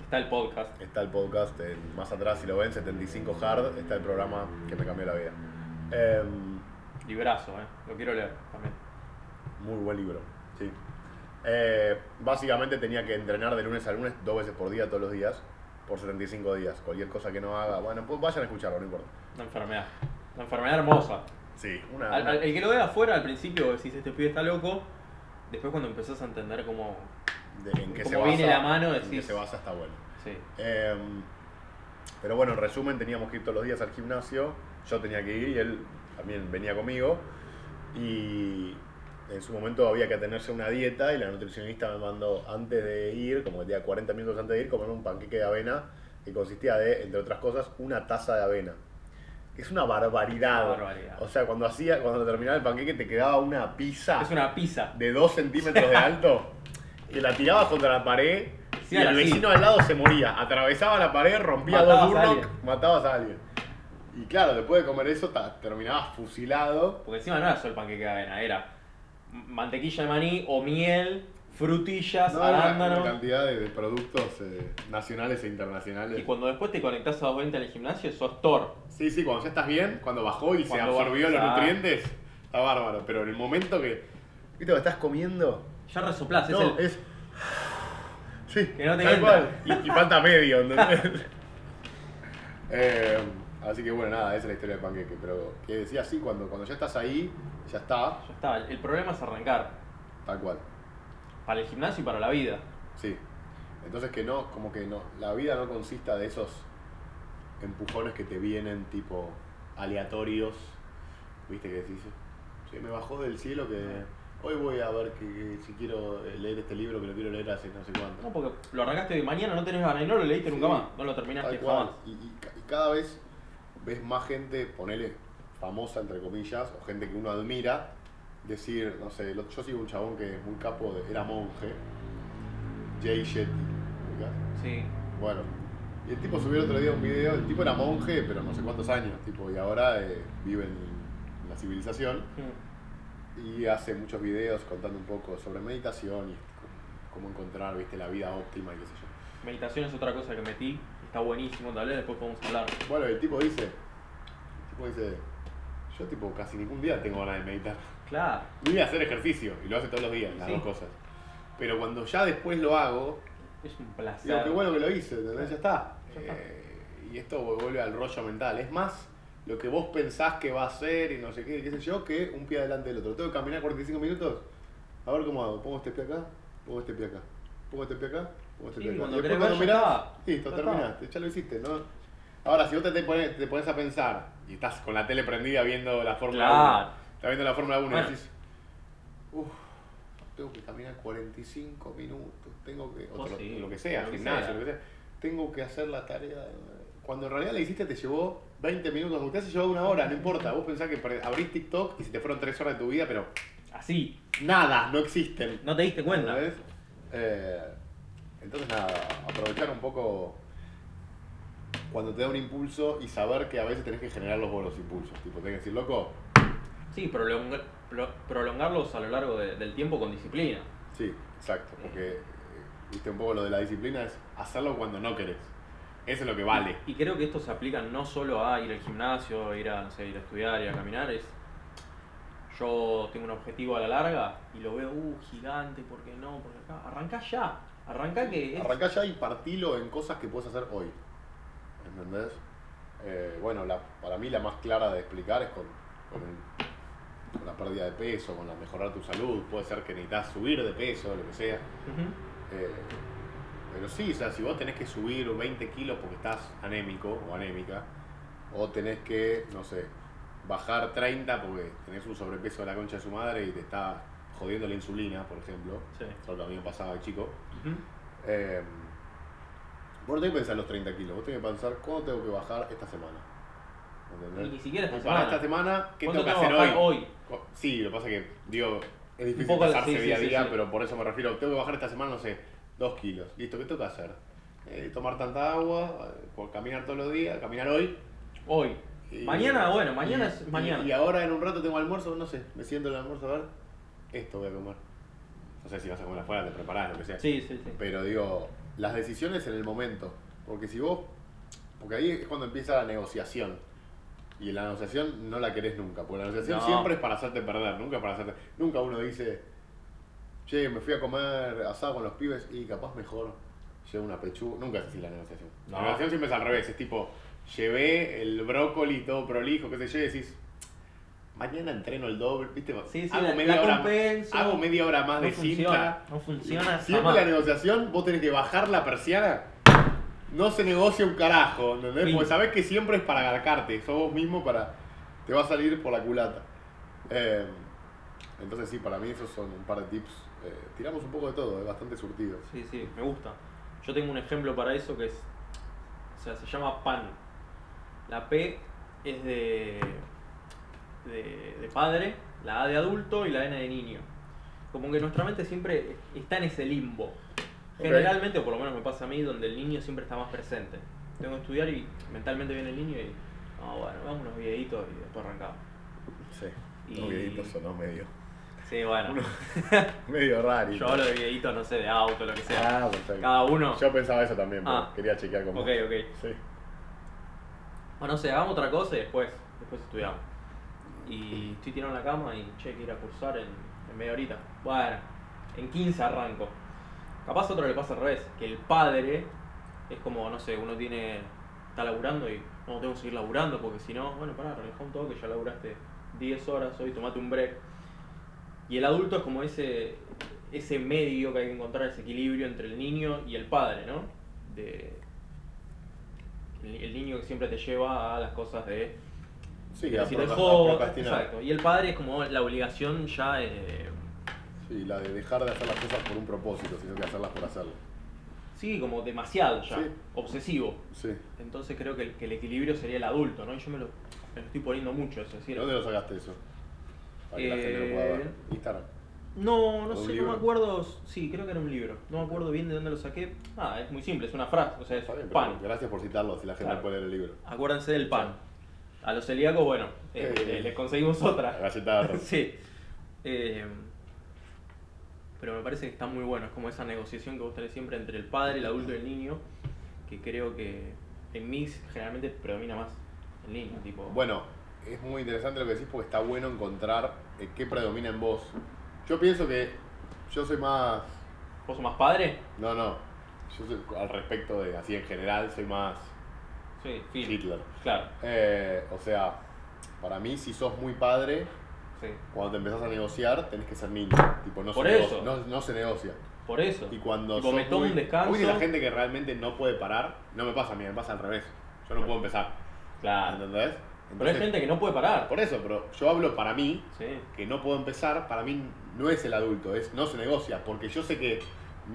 [SPEAKER 1] Está el podcast.
[SPEAKER 3] Está el podcast en- más atrás, si lo ven, 75 Hard. Está el programa que me cambió la vida. Em,
[SPEAKER 1] Librazo, eh. Lo quiero leer también.
[SPEAKER 3] Muy buen libro, sí. Eh, básicamente tenía que entrenar de lunes a lunes dos veces por día, todos los días, por 75 días. Cualquier cosa que no haga, bueno, pues vayan a escucharlo, no importa.
[SPEAKER 1] Una enfermedad. Una enfermedad hermosa.
[SPEAKER 3] Sí, una.
[SPEAKER 1] Al-
[SPEAKER 3] una-
[SPEAKER 1] al- el que lo ve afuera al principio decís, este pibe está loco. Después cuando empezás a entender cómo...
[SPEAKER 3] de- en qué se
[SPEAKER 1] como viene
[SPEAKER 3] basa-
[SPEAKER 1] la mano,
[SPEAKER 3] En qué
[SPEAKER 1] decís-
[SPEAKER 3] se basa está bueno.
[SPEAKER 1] Sí.
[SPEAKER 3] Eh, pero bueno, en resumen, teníamos que ir todos los días al gimnasio. Yo tenía que ir y él también venía conmigo. Y en su momento había que atenerse a una dieta y la nutricionista me mandó antes de ir, como que tenía 40 minutos antes de ir, comer un panqueque de avena que consistía de, entre otras cosas, una taza de avena. Es una barbaridad.
[SPEAKER 1] Una barbaridad.
[SPEAKER 3] O sea, cuando hacía, cuando terminaba el panqueque te quedaba una pizza
[SPEAKER 1] Es una pizza.
[SPEAKER 3] de 2 centímetros de alto que la tirabas contra la pared
[SPEAKER 1] Sí,
[SPEAKER 3] y el
[SPEAKER 1] ahora sí.
[SPEAKER 3] vecino al lado se moría. Atravesaba la pared, rompía
[SPEAKER 1] Matabas
[SPEAKER 3] dos
[SPEAKER 1] a
[SPEAKER 3] burros,
[SPEAKER 1] alguien.
[SPEAKER 3] matabas a alguien. Y claro, después de comer eso ta- terminabas fusilado.
[SPEAKER 1] Porque encima no era solo el panqueque de avena, era m- mantequilla de maní o miel, frutillas,
[SPEAKER 3] No, era una,
[SPEAKER 1] arándanos.
[SPEAKER 3] cantidad de, de productos eh, nacionales e internacionales.
[SPEAKER 1] Y cuando después te conectás a 220 al gimnasio, sos Thor.
[SPEAKER 3] Sí, sí, cuando ya estás bien, cuando bajó y
[SPEAKER 1] Cuando
[SPEAKER 3] se absorbió
[SPEAKER 1] bajó,
[SPEAKER 3] los
[SPEAKER 1] ah.
[SPEAKER 3] nutrientes, está bárbaro. Pero en el momento que. ¿Viste lo que estás comiendo?
[SPEAKER 1] Ya resoplás, Ah, es
[SPEAKER 3] No,
[SPEAKER 1] el-
[SPEAKER 3] es. Sí,
[SPEAKER 1] Que no te
[SPEAKER 3] tal
[SPEAKER 1] entra.
[SPEAKER 3] cual. Y, y falta medio, ¿entendés? Eh, así que bueno, nada, esa es la historia del panqueque. Pero que decía así, cuando, cuando ya estás ahí, ya está,
[SPEAKER 1] Ya está, el el problema es arrancar.
[SPEAKER 3] tal cual.
[SPEAKER 1] para el gimnasio y para la vida.
[SPEAKER 3] Sí. Entonces que no, como que no, la vida no consista de esos empujones que te vienen tipo aleatorios. ¿Viste que decís? Sí, me bajó del cielo que
[SPEAKER 1] Ah.
[SPEAKER 3] hoy voy a ver que, que si quiero eh, leer este libro que lo quiero leer hace no sé cuánto.
[SPEAKER 1] No, porque lo arrancaste de mañana, no tenés ganas y no lo leíste
[SPEAKER 3] Sí.
[SPEAKER 1] nunca más, no lo
[SPEAKER 3] Tal
[SPEAKER 1] terminaste jamás.
[SPEAKER 3] cual. Y, y ca- y cada vez ves más gente, ponele famosa entre comillas, o gente que uno admira, decir, no sé, el otro- yo sigo un chabón que es muy capo, de- era monje, Jay Shetty. ¿ubicás?
[SPEAKER 1] Sí.
[SPEAKER 3] Bueno, y el tipo subió el otro día un video, el tipo era monje, pero no sé cuántos años, tipo, y ahora eh, vive en la civilización
[SPEAKER 1] Mm.
[SPEAKER 3] y hace muchos videos contando un poco sobre meditación y c- cómo encontrar, viste, la vida óptima y qué sé yo.
[SPEAKER 1] Meditación es otra cosa que metí, está buenísimo, tal vez después podemos hablar.
[SPEAKER 3] Bueno, el tipo dice, el tipo dice, yo tipo casi ningún día tengo ganas de meditar.
[SPEAKER 1] Claro,
[SPEAKER 3] Ni de hacer ejercicio, y lo hace todos los días, las
[SPEAKER 1] Sí.
[SPEAKER 3] dos cosas. Pero cuando ya después lo hago,
[SPEAKER 1] es un placer.
[SPEAKER 3] digo, qué bueno que lo hice, ¿entendés? Ya está.
[SPEAKER 1] Ya está.
[SPEAKER 3] Eh, y esto vuelve al rollo mental. Es más lo que vos pensás que va a ser y no sé qué, qué sé yo, que un pie adelante del otro. Tengo que caminar 45 minutos, a ver cómo hago. Pongo este pie acá, pongo este pie acá, pongo este pie acá, pongo este
[SPEAKER 1] Sí,
[SPEAKER 3] pie acá.
[SPEAKER 1] cuando
[SPEAKER 3] Y después
[SPEAKER 1] querés ver, ya
[SPEAKER 3] mirás,
[SPEAKER 1] está.
[SPEAKER 3] listo,
[SPEAKER 1] Ya está.
[SPEAKER 3] terminaste, ya lo hiciste, ¿no? Ahora, si vos te, te pones, te pones a pensar y estás con la tele prendida viendo la Fórmula
[SPEAKER 1] Claro.
[SPEAKER 3] 1, estás viendo la Fórmula 1
[SPEAKER 1] Bueno.
[SPEAKER 3] y decís, uff, tengo que caminar 45 minutos, tengo que, o
[SPEAKER 1] Oh,
[SPEAKER 3] lo-
[SPEAKER 1] sí,
[SPEAKER 3] lo que sea,
[SPEAKER 1] lo que
[SPEAKER 3] gimnasio,
[SPEAKER 1] sea.
[SPEAKER 3] lo que sea, tengo que hacer la tarea. eh, Cuando en realidad la hiciste te llevó 20 minutos, aunque te llevó una hora, no importa, vos pensás que pre- abrís TikTok y se te fueron 3 horas de tu vida, pero
[SPEAKER 1] Así,
[SPEAKER 3] nada, no existen.
[SPEAKER 1] no te diste cuenta.
[SPEAKER 3] ¿Entendés? Eh, entonces nada, aprovechar un poco cuando te da un impulso y saber que a veces tenés que generar los buenos impulsos. Tipo, tenés que decir, loco,
[SPEAKER 1] Sí, prolonga- pro- prolongarlos a lo largo de- del tiempo con disciplina.
[SPEAKER 3] sí, exacto, porque eh, viste un poco lo de la disciplina es hacerlo cuando no querés. Eso es lo que vale.
[SPEAKER 1] Y creo que esto se aplica no solo a ir al gimnasio, ir a, no sé, ir a estudiar, ir a caminar, es... Yo tengo un objetivo a la larga y lo veo, uh, gigante, ¿por qué no? Porque acá, arranca ya, arranca que... es-
[SPEAKER 3] Arrancá ya y partilo en cosas que puedes hacer hoy. ¿Entendés? Eh, bueno, la- para mí la más clara de explicar es con, con el- con la pérdida de peso, con la mejorar tu salud. Puede ser que necesitas subir de peso, lo que sea.
[SPEAKER 1] Ujú.
[SPEAKER 3] Eh, pero sí, o sea, si vos tenés que subir 20 kilos porque estás anémico o anémica, o tenés que, no sé, bajar 30 porque tenés un sobrepeso de la concha de su madre y te está jodiendo la insulina, por ejemplo.
[SPEAKER 1] Sí.
[SPEAKER 3] Eso es lo que a mí me pasaba de chico.
[SPEAKER 1] Ujú.
[SPEAKER 3] Eh, vos no tenés que pensar en los 30 kilos, vos tenés que pensar cuándo tengo que bajar esta semana.
[SPEAKER 1] Y
[SPEAKER 3] ¿Entendés?
[SPEAKER 1] ni siquiera esta
[SPEAKER 3] Para esta
[SPEAKER 1] semana.
[SPEAKER 3] semana, ¿qué
[SPEAKER 1] ¿Cuánto
[SPEAKER 3] tengo que
[SPEAKER 1] tengo
[SPEAKER 3] hacer
[SPEAKER 1] que bajar
[SPEAKER 3] hoy?
[SPEAKER 1] hoy?
[SPEAKER 3] Co- Sí, lo que pasa es que, digo, es difícil
[SPEAKER 1] poco la-
[SPEAKER 3] pasarse
[SPEAKER 1] sí,
[SPEAKER 3] día
[SPEAKER 1] sí,
[SPEAKER 3] a
[SPEAKER 1] sí,
[SPEAKER 3] día,
[SPEAKER 1] sí.
[SPEAKER 3] pero por eso me refiero, tengo que bajar esta semana, no sé, dos kilos. Listo, ¿qué tengo que hacer? Eh, tomar tanta agua, eh, por caminar todos los días, caminar hoy.
[SPEAKER 1] Hoy.
[SPEAKER 3] y-
[SPEAKER 1] mañana, bueno, mañana
[SPEAKER 3] y-
[SPEAKER 1] es mañana.
[SPEAKER 3] Y, y ahora en un rato tengo almuerzo, no sé, me siento en el almuerzo a ver, esto voy a comer. No sé si vas a comer afuera, te preparás, lo que sea.
[SPEAKER 1] sí, sí, sí.
[SPEAKER 3] Pero digo, las decisiones en el momento. Porque si vos. Porque ahí es cuando empieza la negociación. Y la negociación no la querés nunca. Porque la negociación
[SPEAKER 1] No.
[SPEAKER 3] siempre es para hacerte perder, nunca para hacerte. Nunca uno dice. Che, me fui a comer asado con los pibes y capaz mejor llevo una pechuga. Nunca es así la negociación. La
[SPEAKER 1] No.
[SPEAKER 3] negociación siempre es al revés. Es tipo, llevé el brócoli todo prolijo, qué sé yo, y decís. Mañana entreno el doble, ¿viste?
[SPEAKER 1] Sí, sí,
[SPEAKER 3] hago,
[SPEAKER 1] la-
[SPEAKER 3] media
[SPEAKER 1] la
[SPEAKER 3] hora,
[SPEAKER 1] compenso.
[SPEAKER 3] hago media hora más
[SPEAKER 1] no
[SPEAKER 3] de cinta.
[SPEAKER 1] funciona, no funciona.
[SPEAKER 3] Siempre
[SPEAKER 1] jamás.
[SPEAKER 3] la negociación, vos tenés que bajar la persiana. No se negocia un carajo, ¿entendés?
[SPEAKER 1] Fin.
[SPEAKER 3] Porque sabés que siempre es para agarcarte, sos vos mismo para. te va a salir por la culata. Eh, entonces, sí, para mí esos son un par de tips. Eh, tiramos un poco de todo, es bastante surtido.
[SPEAKER 1] Sí, sí, me gusta. Yo tengo un ejemplo para eso que es. O sea, se llama PAN. La P es de. de, de padre, la A de adulto y la N de niño. Como que nuestra mente siempre está en ese limbo.
[SPEAKER 3] Ok.
[SPEAKER 1] Generalmente, o por lo menos me pasa a mí, donde el niño siempre está más presente. Tengo que estudiar y mentalmente viene el niño y. Ah, bueno, vamos unos videitos y después arrancamos.
[SPEAKER 3] Sí.
[SPEAKER 1] Y- los videitos
[SPEAKER 3] sonó medio.
[SPEAKER 1] Sí, bueno.
[SPEAKER 3] medio raro.
[SPEAKER 1] Yo hablo de videitos, no sé, de auto, lo que sea.
[SPEAKER 3] perfecto.
[SPEAKER 1] Cada uno.
[SPEAKER 3] Ah. Yo pensaba eso también, pero
[SPEAKER 1] pero Ah.
[SPEAKER 3] quería chequear con
[SPEAKER 1] Ok, ok.
[SPEAKER 3] Sí.
[SPEAKER 1] Bueno, Ah, no sé, hagamos otra cosa y después, después estudiamos. Y estoy tirado en la cama y che, que ir a cursar en, en media horita. Bueno, en 15 arranco. Capaz a otro le pasa al revés, que el padre es como, no sé, uno tiene. está laburando y no tengo que seguir laburando porque si no, bueno, pará, relajá un toque, ya laburaste 10 horas hoy, tomate un break. Y el adulto es como ese, ese medio que hay que encontrar, ese equilibrio entre el niño y el padre, ¿no? De, el, el niño que siempre te lleva a las cosas de
[SPEAKER 3] Sí,
[SPEAKER 1] de
[SPEAKER 3] a
[SPEAKER 1] decir, el
[SPEAKER 3] proca- a
[SPEAKER 1] juego,
[SPEAKER 3] procrastinar.
[SPEAKER 1] exacto. Y el padre es como la obligación ya eh,
[SPEAKER 3] Sí, la de dejar de hacer las cosas por un propósito, sino que hacerlas por hacerlo.
[SPEAKER 1] sí, como demasiado ya,
[SPEAKER 3] Sí.
[SPEAKER 1] obsesivo.
[SPEAKER 3] Sí.
[SPEAKER 1] Entonces creo que el, que el equilibrio sería el adulto, ¿no? Y yo me lo, me lo estoy poniendo mucho, es decir,
[SPEAKER 3] ¿De dónde lo sacaste eso? Para que la gente lo pueda ver.
[SPEAKER 1] Eh,
[SPEAKER 3] Instagram.
[SPEAKER 1] No, no
[SPEAKER 3] ¿O un
[SPEAKER 1] sé, no
[SPEAKER 3] libro?
[SPEAKER 1] me acuerdo. Sí, creo que era un libro. No me acuerdo bien de dónde lo saqué. Ah, es muy simple, es una frase, o sea, es
[SPEAKER 3] Está bien, pero
[SPEAKER 1] pan.
[SPEAKER 3] gracias por citarlo si la gente
[SPEAKER 1] Claro.
[SPEAKER 3] puede leer el libro.
[SPEAKER 1] Acuérdense del pan. A los celíacos, bueno, eh,
[SPEAKER 3] Eh.
[SPEAKER 1] les conseguimos
[SPEAKER 3] La
[SPEAKER 1] otra.
[SPEAKER 3] galleta de arroz.
[SPEAKER 1] sí. Eh, pero me parece que está muy bueno, es como esa negociación que vos tenés siempre entre el padre, el adulto y el niño, que creo que en mix generalmente predomina más el niño, tipo.
[SPEAKER 3] Bueno, es muy interesante lo que decís porque está bueno encontrar eh, qué predomina en vos. Yo pienso que yo soy más.
[SPEAKER 1] ¿Vos sos más padre?
[SPEAKER 3] No, no. Yo soy, al respecto de así en general, soy más
[SPEAKER 1] Sí, Phil.
[SPEAKER 3] Hitler.
[SPEAKER 1] Claro,
[SPEAKER 3] Eh, o sea, para mí, si sos muy padre,
[SPEAKER 1] sí.
[SPEAKER 3] cuando te empezás a negociar, tenés que ser niño. Tipo, no,
[SPEAKER 1] Por
[SPEAKER 3] se,
[SPEAKER 1] eso.
[SPEAKER 3] nego- no, no se negocia.
[SPEAKER 1] Por eso.
[SPEAKER 3] Y cuando
[SPEAKER 1] Tipo,
[SPEAKER 3] sos
[SPEAKER 1] me tomo
[SPEAKER 3] muy-
[SPEAKER 1] un descanso.
[SPEAKER 3] muy de la gente que realmente no puede parar, no me pasa a mí, me pasa al revés. Yo no puedo empezar.
[SPEAKER 1] Claro.
[SPEAKER 3] ¿Entendés?
[SPEAKER 1] Pero hay
[SPEAKER 3] Entonces,
[SPEAKER 1] gente que no puede parar.
[SPEAKER 3] Por eso, pero yo hablo para mí,
[SPEAKER 1] Sí,
[SPEAKER 3] que no puedo empezar, para mí no es el adulto, es no se negocia, porque yo sé que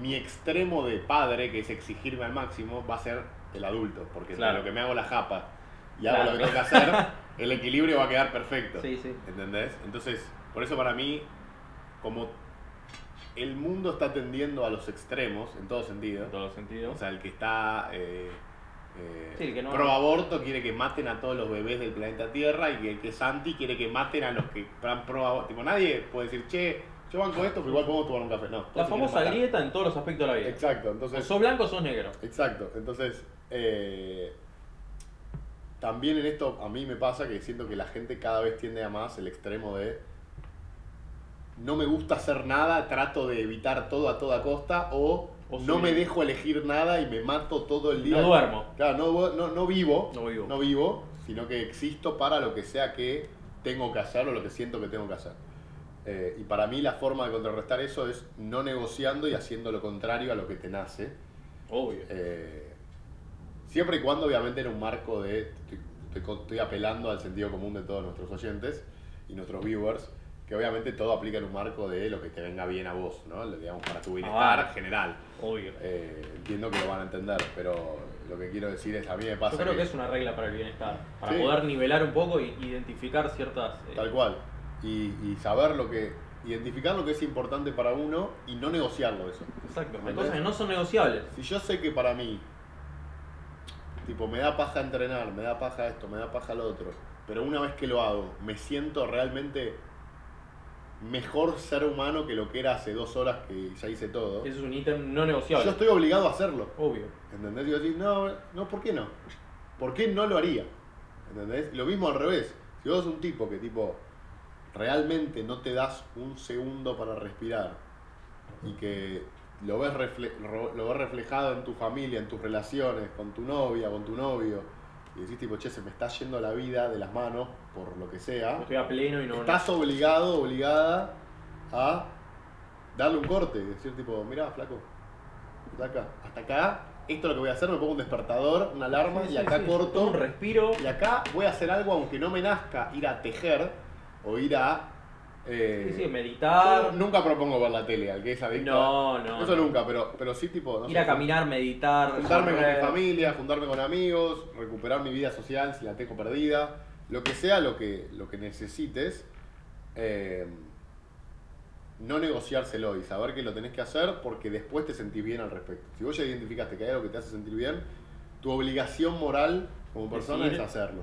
[SPEAKER 3] mi extremo de padre, que es exigirme al máximo, va a ser el adulto, porque entre
[SPEAKER 1] Claro.
[SPEAKER 3] lo que me hago la japa y hago
[SPEAKER 1] Claro.
[SPEAKER 3] lo que tengo que hacer, el equilibrio va a quedar perfecto.
[SPEAKER 1] sí, sí.
[SPEAKER 3] ¿Entendés? Entonces, por eso para mí, como el mundo está tendiendo a los extremos, en todo sentido,
[SPEAKER 1] En todos los
[SPEAKER 3] o
[SPEAKER 1] sentidos.
[SPEAKER 3] sea, el que está eh, eh,
[SPEAKER 1] Sí, el que no-
[SPEAKER 3] pro aborto quiere que maten a todos los bebés del planeta Tierra y el que es anti quiere que maten a los que están pro aborto. Tipo, nadie puede decir, che, yo banco esto, pero igual podemos tomar un café. No, todos
[SPEAKER 1] La
[SPEAKER 3] se
[SPEAKER 1] famosa
[SPEAKER 3] quieren
[SPEAKER 1] grieta en todos los aspectos de la
[SPEAKER 3] matar.
[SPEAKER 1] vida.
[SPEAKER 3] Exacto,
[SPEAKER 1] O
[SPEAKER 3] entonces.
[SPEAKER 1] sos blanco o sos negro.
[SPEAKER 3] Exacto, entonces. eh, también en esto a mí me pasa que siento que la gente cada vez tiende a más el extremo de. No me gusta hacer nada, trato de evitar todo a toda costa o.
[SPEAKER 1] O
[SPEAKER 3] no
[SPEAKER 1] soy-
[SPEAKER 3] me dejo elegir nada y me mato todo el día.
[SPEAKER 1] No duermo.
[SPEAKER 3] Claro, no, vo- no, no vivo,
[SPEAKER 1] No vivo.
[SPEAKER 3] vivo, sino que existo para lo que sea que tengo que hacer o lo que siento que tengo que hacer. Eh, y para mí la forma de contrarrestar eso es no negociando y haciendo lo contrario a lo que te nace.
[SPEAKER 1] Obvio.
[SPEAKER 3] Eh, siempre y cuando obviamente en un marco de... Estoy, estoy co- estoy apelando al sentido común de todos nuestros oyentes y nuestros viewers, que obviamente todo aplica en un marco de lo que te venga bien a vos, ¿no? Digamos, para tu bienestar
[SPEAKER 1] Ah, vale.
[SPEAKER 3] general.
[SPEAKER 1] Obvio.
[SPEAKER 3] Eh, entiendo que lo van a entender, pero lo que quiero decir es, a mí me pasa
[SPEAKER 1] Yo creo que es una regla para el bienestar. Para
[SPEAKER 3] Sí.
[SPEAKER 1] poder nivelar un poco e identificar ciertas. eh,
[SPEAKER 3] tal cual. Y, y saber lo que, identificar lo que es importante para uno y no negociarlo eso.
[SPEAKER 1] Exacto. Hay
[SPEAKER 3] ¿Entendés?
[SPEAKER 1] cosas que no son negociables.
[SPEAKER 3] Si yo sé que para mí, tipo, me da paja entrenar, me da paja esto, me da paja lo otro, pero una vez que lo hago, me siento realmente mejor ser humano que lo que era hace dos horas que ya hice todo.
[SPEAKER 1] Eso es un ítem no
[SPEAKER 3] Yo
[SPEAKER 1] negociable.
[SPEAKER 3] estoy obligado a hacerlo.
[SPEAKER 1] Obvio.
[SPEAKER 3] ¿Entendés? Y vos decís, no, no, ¿por qué no? ¿Por qué no lo haría? ¿Entendés? Y lo mismo al revés. Si vos sos un tipo que tipo realmente no te das un segundo para respirar y que lo ves, refle- ro- lo ves reflejado en tu familia, en tus relaciones, con tu novia, con tu novio, y decís tipo, che, se me está yendo la vida de las manos por lo que sea,
[SPEAKER 1] Estoy a pleno y no.
[SPEAKER 3] estás obligado, obligada a darle un corte y decir tipo, mira, flaco, hasta acá, hasta acá, esto es lo que voy a hacer, me pongo un despertador, una alarma
[SPEAKER 1] Sí,
[SPEAKER 3] y
[SPEAKER 1] sí,
[SPEAKER 3] acá
[SPEAKER 1] sí.
[SPEAKER 3] corto
[SPEAKER 1] Un respiro.
[SPEAKER 3] y acá voy a hacer algo aunque no me nazca, ir a tejer o ir a... eh,
[SPEAKER 1] Sí, sí,
[SPEAKER 3] yo
[SPEAKER 1] meditar.
[SPEAKER 3] nunca propongo ver la tele, al que es adicto.
[SPEAKER 1] No, no.
[SPEAKER 3] Eso
[SPEAKER 1] no.
[SPEAKER 3] nunca, pero, pero sí tipo... no
[SPEAKER 1] Ir
[SPEAKER 3] sé,
[SPEAKER 1] a caminar, meditar.
[SPEAKER 3] Juntarme con mi
[SPEAKER 1] correr.
[SPEAKER 3] familia, juntarme con amigos, recuperar mi vida social si la tengo perdida, lo que sea lo que, lo que necesites, eh, no negociárselo y saber que lo tenés que hacer porque después te sentís bien al respecto. Si vos ya identificaste que hay algo que te hace sentir bien, tu obligación moral como persona
[SPEAKER 1] Decir.
[SPEAKER 3] es hacerlo.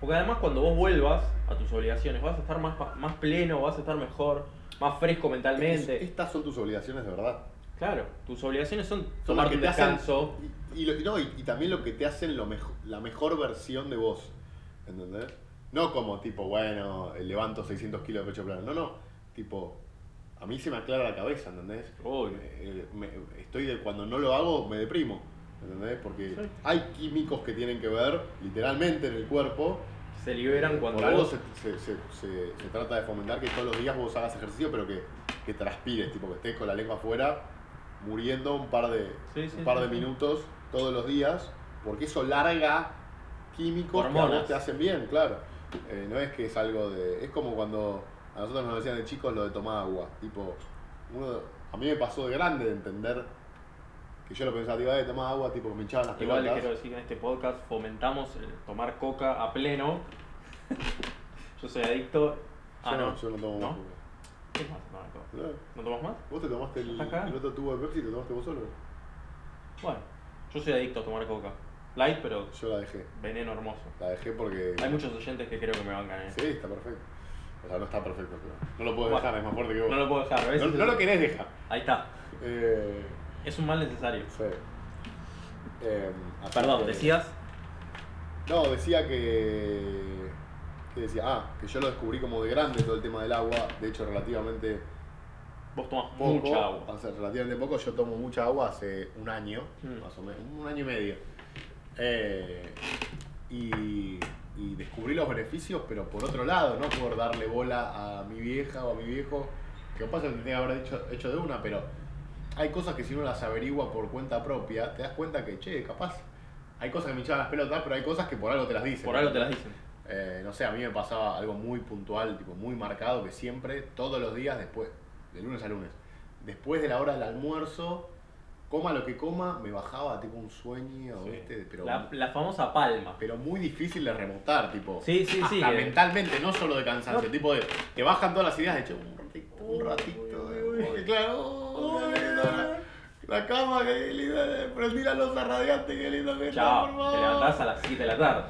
[SPEAKER 1] Porque además cuando vos vuelvas a tus obligaciones vas a estar más, pa- más pleno, vas a estar mejor, más fresco mentalmente.
[SPEAKER 3] Es- estas son tus obligaciones de verdad.
[SPEAKER 1] Claro, tus obligaciones son
[SPEAKER 3] Son las
[SPEAKER 1] tomar
[SPEAKER 3] que
[SPEAKER 1] un
[SPEAKER 3] te hacen-
[SPEAKER 1] descanso.
[SPEAKER 3] Y, y lo- y no, y- y también lo que te hacen lo mejo- la mejor versión de vos. ¿Entendés? No como tipo, bueno, eh, levanto 600 kilos de pecho plano. No, no. Tipo, a mí se me aclara la cabeza, ¿entendés?
[SPEAKER 1] Obvio.
[SPEAKER 3] Eh, me- estoy de cuando no lo hago, me deprimo. ¿Entendés? Porque
[SPEAKER 1] Sí.
[SPEAKER 3] hay químicos que tienen que ver, literalmente, en el cuerpo.
[SPEAKER 1] Se liberan cuando
[SPEAKER 3] Por algo
[SPEAKER 1] vos...
[SPEAKER 3] se, se- se- se- se trata de fomentar que todos los días vos hagas ejercicio, pero que que transpires, tipo que estés con la lengua afuera, muriendo un par de,
[SPEAKER 1] Sí, sí,
[SPEAKER 3] un par
[SPEAKER 1] sí,
[SPEAKER 3] de
[SPEAKER 1] sí.
[SPEAKER 3] minutos todos los días, porque eso larga químicos que a vos
[SPEAKER 1] Hormonas.
[SPEAKER 3] te hacen bien, claro. Eh, no es que es algo de. Es como cuando a nosotros nos decían de chicos lo de tomar agua. Tipo, uno, a mí me pasó de grande de entender que yo lo pensaba, digo, de tomar agua, tipo, me hinchaban las
[SPEAKER 1] Igual le
[SPEAKER 3] pelotas.
[SPEAKER 1] quiero decir que en este podcast fomentamos el tomar coca a pleno. Yo soy adicto. Ah,
[SPEAKER 3] yo,
[SPEAKER 1] no.
[SPEAKER 3] yo no tomo
[SPEAKER 1] ¿No?
[SPEAKER 3] más.
[SPEAKER 1] ¿Qué más? No, no.
[SPEAKER 3] ¿No?
[SPEAKER 1] ¿No tomas más?
[SPEAKER 3] ¿Vos te tomaste el,
[SPEAKER 1] Ajá.
[SPEAKER 3] el otro tubo de Pepsi? ¿Te tomaste vos solo?
[SPEAKER 1] Bueno, yo soy adicto a tomar coca. Light, pero
[SPEAKER 3] Yo la dejé.
[SPEAKER 1] veneno hermoso.
[SPEAKER 3] La dejé porque.
[SPEAKER 1] Hay muchos oyentes que creo que me bancan, eh.
[SPEAKER 3] Sí, está perfecto. O sea, no está perfecto, pero. No lo puedo
[SPEAKER 1] Bueno.
[SPEAKER 3] dejar, es más fuerte que vos.
[SPEAKER 1] No lo puedo dejar, ¿ves?
[SPEAKER 3] No- no lo querés dejar.
[SPEAKER 1] Ahí está.
[SPEAKER 3] Eh,
[SPEAKER 1] Es un mal necesario.
[SPEAKER 3] sí. Em, así
[SPEAKER 1] Perdón,
[SPEAKER 3] que-
[SPEAKER 1] decías.
[SPEAKER 3] No, decía que. que decía, ah, que yo lo descubrí como de grande todo el tema del agua. De hecho, relativamente
[SPEAKER 1] Vos tomás
[SPEAKER 3] poco.
[SPEAKER 1] mucha agua.
[SPEAKER 3] O sea, relativamente poco. Yo tomo mucha agua hace un año,
[SPEAKER 1] Mm.
[SPEAKER 3] más o menos. Un año y medio. Eh, y, y descubrí los beneficios, pero por otro lado, no por darle bola a mi vieja o a mi viejo. Que pasa que tenía que haber hecho, hecho de una, pero hay cosas que si uno las averigua por cuenta propia, te das cuenta que, che, capaz. Hay cosas que me hinchaban las pelotas, pero hay cosas que por algo te las dicen.
[SPEAKER 1] Por algo te las dicen.
[SPEAKER 3] Eh, no sé, a mí me pasaba algo muy puntual, tipo muy marcado, que siempre, todos los días, después, de lunes a lunes, después de la hora del almuerzo, coma lo que coma, me bajaba tipo un sueño,
[SPEAKER 1] Sí.
[SPEAKER 3] ¿viste? Pero,
[SPEAKER 1] La, la famosa palma.
[SPEAKER 3] pero muy difícil de remontar, tipo.
[SPEAKER 1] Sí, sí, sí.
[SPEAKER 3] hasta
[SPEAKER 1] eh.
[SPEAKER 3] mentalmente, no solo de cansancio,
[SPEAKER 1] No.
[SPEAKER 3] tipo de. Te bajan todas las ideas, de hecho, un ratito, un ratito,
[SPEAKER 1] Uy, uy, uy.
[SPEAKER 3] de- claro, oh, qué lindo la, la cama, que linda, prendí la losa radiante, que lindo que está,
[SPEAKER 1] Chao.
[SPEAKER 3] por favor.
[SPEAKER 1] Te levantás a las 7 de la tarde.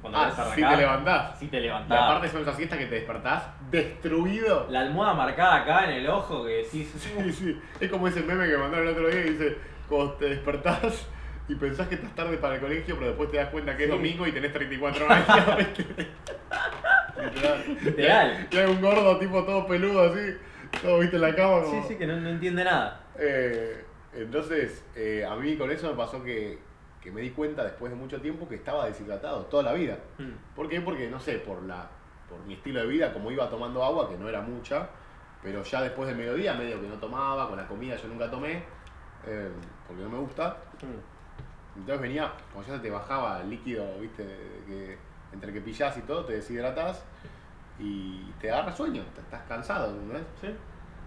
[SPEAKER 1] Cuando
[SPEAKER 3] Ah,
[SPEAKER 1] querés
[SPEAKER 3] si
[SPEAKER 1] arrancar,
[SPEAKER 3] te levantás.
[SPEAKER 1] Sí te
[SPEAKER 3] Y
[SPEAKER 1] levantás.
[SPEAKER 3] aparte son esas siestas que te despertás destruido.
[SPEAKER 1] La almohada marcada acá en el ojo que decís.
[SPEAKER 3] Sí, sí. Es como ese meme que mandaron el otro día que dice, cuando te despertás y pensás que estás tarde para el colegio, pero después te das cuenta que es
[SPEAKER 1] Sí.
[SPEAKER 3] domingo y tenés 34 años. ¿viste? Literal.
[SPEAKER 1] Literal.
[SPEAKER 3] Y hay un gordo tipo todo peludo así, todo viste en la cama.
[SPEAKER 1] Sí,
[SPEAKER 3] Como...
[SPEAKER 1] sí, que no, no entiende nada.
[SPEAKER 3] Eh, entonces, eh, a mí con eso me pasó que, que me di cuenta después de mucho tiempo que estaba deshidratado toda la vida.
[SPEAKER 1] Mm.
[SPEAKER 3] ¿Por qué? Porque, no sé, por, la, por mi estilo de vida, como iba tomando agua, que no era mucha, pero ya después del mediodía medio que no tomaba, con la comida yo nunca tomé, eh, porque no me gusta.
[SPEAKER 1] Mm.
[SPEAKER 3] Entonces venía, como ya se te bajaba el líquido, viste, que entre que pillás y todo, te deshidratás y te agarra sueño, te- estás cansado, ¿no?
[SPEAKER 1] Sí.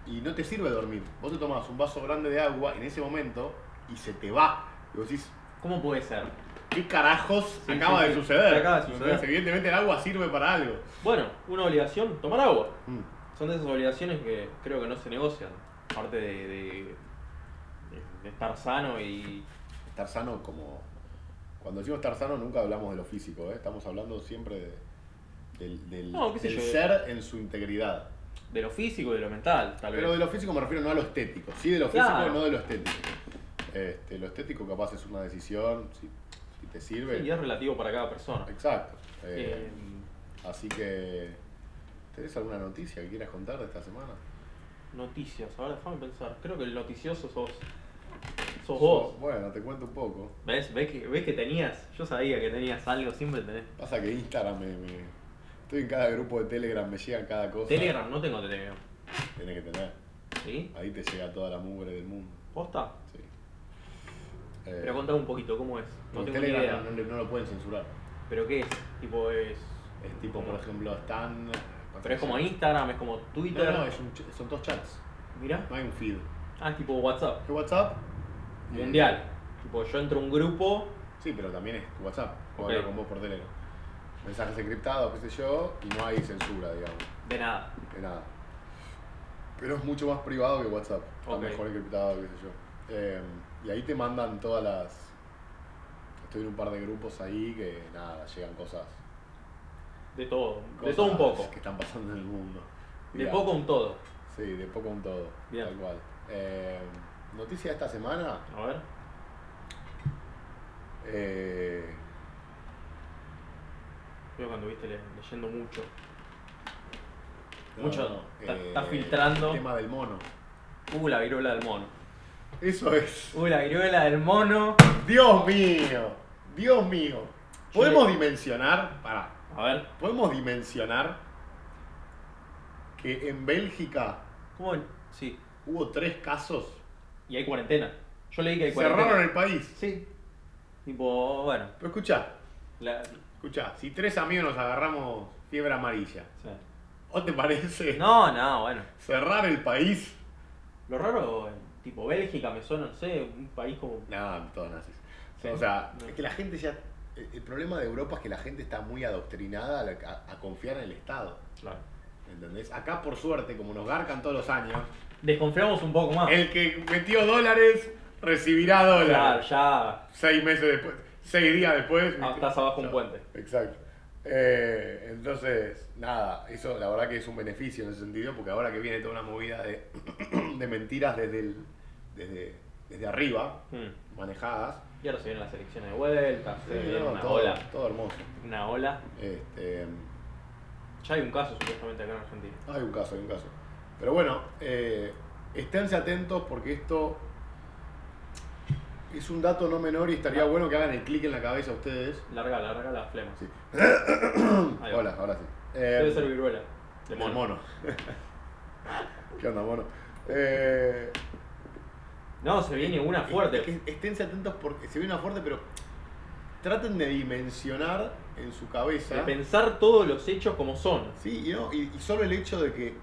[SPEAKER 3] Y no te sirve dormir. Vos te tomás un vaso grande de agua en ese momento y se te va. Y vos decís,
[SPEAKER 1] ¿Cómo puede ser?
[SPEAKER 3] ¿qué carajos
[SPEAKER 1] Sí,
[SPEAKER 3] acaba
[SPEAKER 1] sí,
[SPEAKER 3] de
[SPEAKER 1] sí.
[SPEAKER 3] suceder?
[SPEAKER 1] Acaba de suceder.
[SPEAKER 3] Entonces, evidentemente el agua sirve para algo.
[SPEAKER 1] Bueno, una obligación, tomar agua.
[SPEAKER 3] Mm.
[SPEAKER 1] Son de esas obligaciones que creo que no se negocian. Aparte de, de- de estar sano y.
[SPEAKER 3] Estar sano como... Cuando decimos estar sano nunca hablamos de lo físico, ¿eh? estamos hablando siempre de- del, del-
[SPEAKER 1] No, qué sé
[SPEAKER 3] del
[SPEAKER 1] yo.
[SPEAKER 3] ser en su integridad.
[SPEAKER 1] de lo físico y de lo mental, tal vez.
[SPEAKER 3] Pero de lo físico me refiero no a lo estético, sí de lo físico,
[SPEAKER 1] Claro.
[SPEAKER 3] no de lo estético. Este, lo estético capaz es una decisión, si, si te sirve.
[SPEAKER 1] Sí, y es relativo para cada persona.
[SPEAKER 3] Exacto. Eh,
[SPEAKER 1] Eh,
[SPEAKER 3] Así que, ¿tenés alguna noticia que quieras contar de esta semana?
[SPEAKER 1] noticias, ahora déjame pensar. Creo que el noticioso sos. sos
[SPEAKER 3] Yo-
[SPEAKER 1] vos.
[SPEAKER 3] Bueno, te cuento un poco.
[SPEAKER 1] ¿Ves? ¿Ves que, ¿Ves que tenías? Yo sabía que tenías algo, siempre tenés.
[SPEAKER 3] Pasa que Instagram me, me- Estoy en cada grupo de Telegram, me llegan cada cosa.
[SPEAKER 1] Telegram, no tengo Telegram.
[SPEAKER 3] Tenés que tener.
[SPEAKER 1] ¿Sí?
[SPEAKER 3] Ahí te llega toda la mugre del mundo.
[SPEAKER 1] ¿Posta?
[SPEAKER 3] Sí.
[SPEAKER 1] Pero contame un poquito, ¿cómo es? No
[SPEAKER 3] porque
[SPEAKER 1] tengo ni
[SPEAKER 3] Eh. Telegram
[SPEAKER 1] idea.
[SPEAKER 3] no, le- no lo pueden censurar.
[SPEAKER 1] ¿Pero qué es? Tipo es.
[SPEAKER 3] Es tipo, por
[SPEAKER 1] ¿Cómo?
[SPEAKER 3] ejemplo, están. eh,
[SPEAKER 1] Pero es como Instagram, es como
[SPEAKER 3] No,
[SPEAKER 1] Twitter.
[SPEAKER 3] no, es un ch- son dos chats.
[SPEAKER 1] Mira.
[SPEAKER 3] No hay un feed.
[SPEAKER 1] Ah, es tipo WhatsApp.
[SPEAKER 3] ¿Es WhatsApp?
[SPEAKER 1] Mundial. Tipo, yo entro a un grupo.
[SPEAKER 3] Sí, pero también es WhatsApp. Puedo
[SPEAKER 1] Ok.
[SPEAKER 3] hablar con vos por Telegram. Mensajes encriptados, qué sé yo, y no hay censura, digamos.
[SPEAKER 1] De nada.
[SPEAKER 3] de nada. Pero es mucho más privado que WhatsApp. Está
[SPEAKER 1] Ok.
[SPEAKER 3] mejor encriptado, qué sé yo. Eh, y ahí te mandan todas las. Estoy en un par de grupos ahí que nada, llegan cosas.
[SPEAKER 1] De todo. de
[SPEAKER 3] cosas
[SPEAKER 1] todo un poco.
[SPEAKER 3] Que están pasando en el mundo.
[SPEAKER 1] De
[SPEAKER 3] Mirá.
[SPEAKER 1] poco un todo.
[SPEAKER 3] Sí, de poco un todo.
[SPEAKER 1] Bien.
[SPEAKER 3] Tal cual. Eh, noticia de esta semana.
[SPEAKER 1] A ver.
[SPEAKER 3] eh,
[SPEAKER 1] Creo que anduviste le- leyendo mucho. Mucho no. Está-
[SPEAKER 3] eh,
[SPEAKER 1] está filtrando.
[SPEAKER 3] El tema del mono.
[SPEAKER 1] Uh, la viruela del mono.
[SPEAKER 3] Eso es.
[SPEAKER 1] Uh, la viruela del mono.
[SPEAKER 3] Dios mío. Dios mío.
[SPEAKER 1] Yo
[SPEAKER 3] Podemos
[SPEAKER 1] le-
[SPEAKER 3] dimensionar. Pará.
[SPEAKER 1] A ver.
[SPEAKER 3] Podemos dimensionar que en Bélgica
[SPEAKER 1] Bueno, sí.
[SPEAKER 3] Hubo tres casos.
[SPEAKER 1] Y hay cuarentena. Yo leí que hay cuarentena.
[SPEAKER 3] Cerraron el país.
[SPEAKER 1] Sí. Tipo, bueno.
[SPEAKER 3] Pero escuchá,
[SPEAKER 1] la-
[SPEAKER 3] escuchá, si tres amigos nos agarramos fiebre amarilla,
[SPEAKER 1] sí.
[SPEAKER 3] ¿o te parece
[SPEAKER 1] No, no, bueno.
[SPEAKER 3] cerrar el país?
[SPEAKER 1] Lo raro, eh, tipo Bélgica me suena, no sé, un país como.
[SPEAKER 3] No, todos nazis.
[SPEAKER 1] Sí.
[SPEAKER 3] O sea,
[SPEAKER 1] No.
[SPEAKER 3] es que la gente ya. el- El problema de Europa es que la gente está muy adoctrinada a, la- a- a confiar en el Estado.
[SPEAKER 1] Claro.
[SPEAKER 3] ¿Entendés? Acá, por suerte, como nos garcan todos los años,
[SPEAKER 1] Desconfiamos un poco más.
[SPEAKER 3] el que metió dólares recibirá
[SPEAKER 1] Claro,
[SPEAKER 3] dólares.
[SPEAKER 1] ya.
[SPEAKER 3] Seis meses después, seis días después.
[SPEAKER 1] Ah, estás abajo un
[SPEAKER 3] No,
[SPEAKER 1] puente.
[SPEAKER 3] Exacto. Eh, entonces, nada, eso la verdad que es un beneficio en ese sentido, porque ahora que viene toda una movida de, de mentiras desde, el- desde, desde arriba,
[SPEAKER 1] Mm.
[SPEAKER 3] manejadas,
[SPEAKER 1] Y ahora se vienen las elecciones de vuelta, se
[SPEAKER 3] Sí,
[SPEAKER 1] viene
[SPEAKER 3] no,
[SPEAKER 1] una
[SPEAKER 3] todo,
[SPEAKER 1] ola.
[SPEAKER 3] todo hermoso.
[SPEAKER 1] Una ola.
[SPEAKER 3] Este,
[SPEAKER 1] Ya hay un caso supuestamente acá en Argentina.
[SPEAKER 3] hay un caso, hay un caso. Pero bueno, eh, esténse atentos porque esto es un dato no menor y
[SPEAKER 1] Ah.
[SPEAKER 3] estaría bueno que hagan el clic en la cabeza ustedes.
[SPEAKER 1] Larga, larga la flema.
[SPEAKER 3] Sí.
[SPEAKER 1] va.
[SPEAKER 3] Hola, ahora sí.
[SPEAKER 1] Debe
[SPEAKER 3] Eh,
[SPEAKER 1] ser viruela. De
[SPEAKER 3] del
[SPEAKER 1] mono.
[SPEAKER 3] mono. ¿Qué onda, mono? Eh,
[SPEAKER 1] No, se viene una
[SPEAKER 3] Es
[SPEAKER 1] fuerte.
[SPEAKER 3] que Esténse atentos porque se ve una fuerte, pero traten de dimensionar en su cabeza.
[SPEAKER 1] De pensar todos los hechos como son.
[SPEAKER 3] Sí, y, no, y, y solo el hecho de que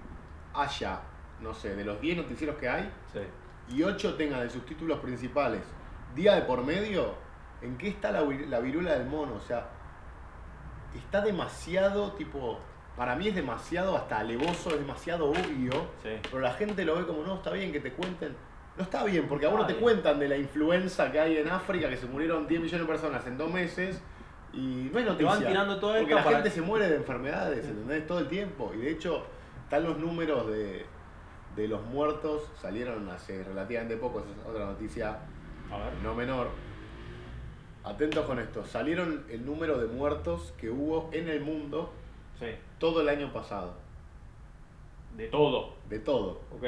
[SPEAKER 3] haya, no sé, de los 10 noticieros que hay,
[SPEAKER 1] Sí.
[SPEAKER 3] y 8 tengan en sus títulos principales día de por medio, ¿en qué está la, vi- la viruela del mono? O sea, está demasiado, tipo, para mí es demasiado hasta alevoso, es demasiado obvio,
[SPEAKER 1] Sí.
[SPEAKER 3] pero la gente lo ve como, no, está bien que te cuenten. No está bien, porque a
[SPEAKER 1] Está
[SPEAKER 3] uno te
[SPEAKER 1] bien.
[SPEAKER 3] cuentan de la influenza que hay en África, que se murieron 10 millones de personas en dos meses, y no hay
[SPEAKER 1] Te
[SPEAKER 3] noticia.
[SPEAKER 1] van tirando todo
[SPEAKER 3] Porque
[SPEAKER 1] esto
[SPEAKER 3] la
[SPEAKER 1] para-
[SPEAKER 3] gente se muere de enfermedades, ¿entendés? Todo el tiempo. Y de hecho, están los números de, de los muertos, salieron hace relativamente poco, esa es otra noticia
[SPEAKER 1] A ver.
[SPEAKER 3] no menor. Atentos con esto, salieron el número de muertos que hubo en el mundo
[SPEAKER 1] Sí.
[SPEAKER 3] todo el año pasado,
[SPEAKER 1] De todo.
[SPEAKER 3] de todo.
[SPEAKER 1] Ok.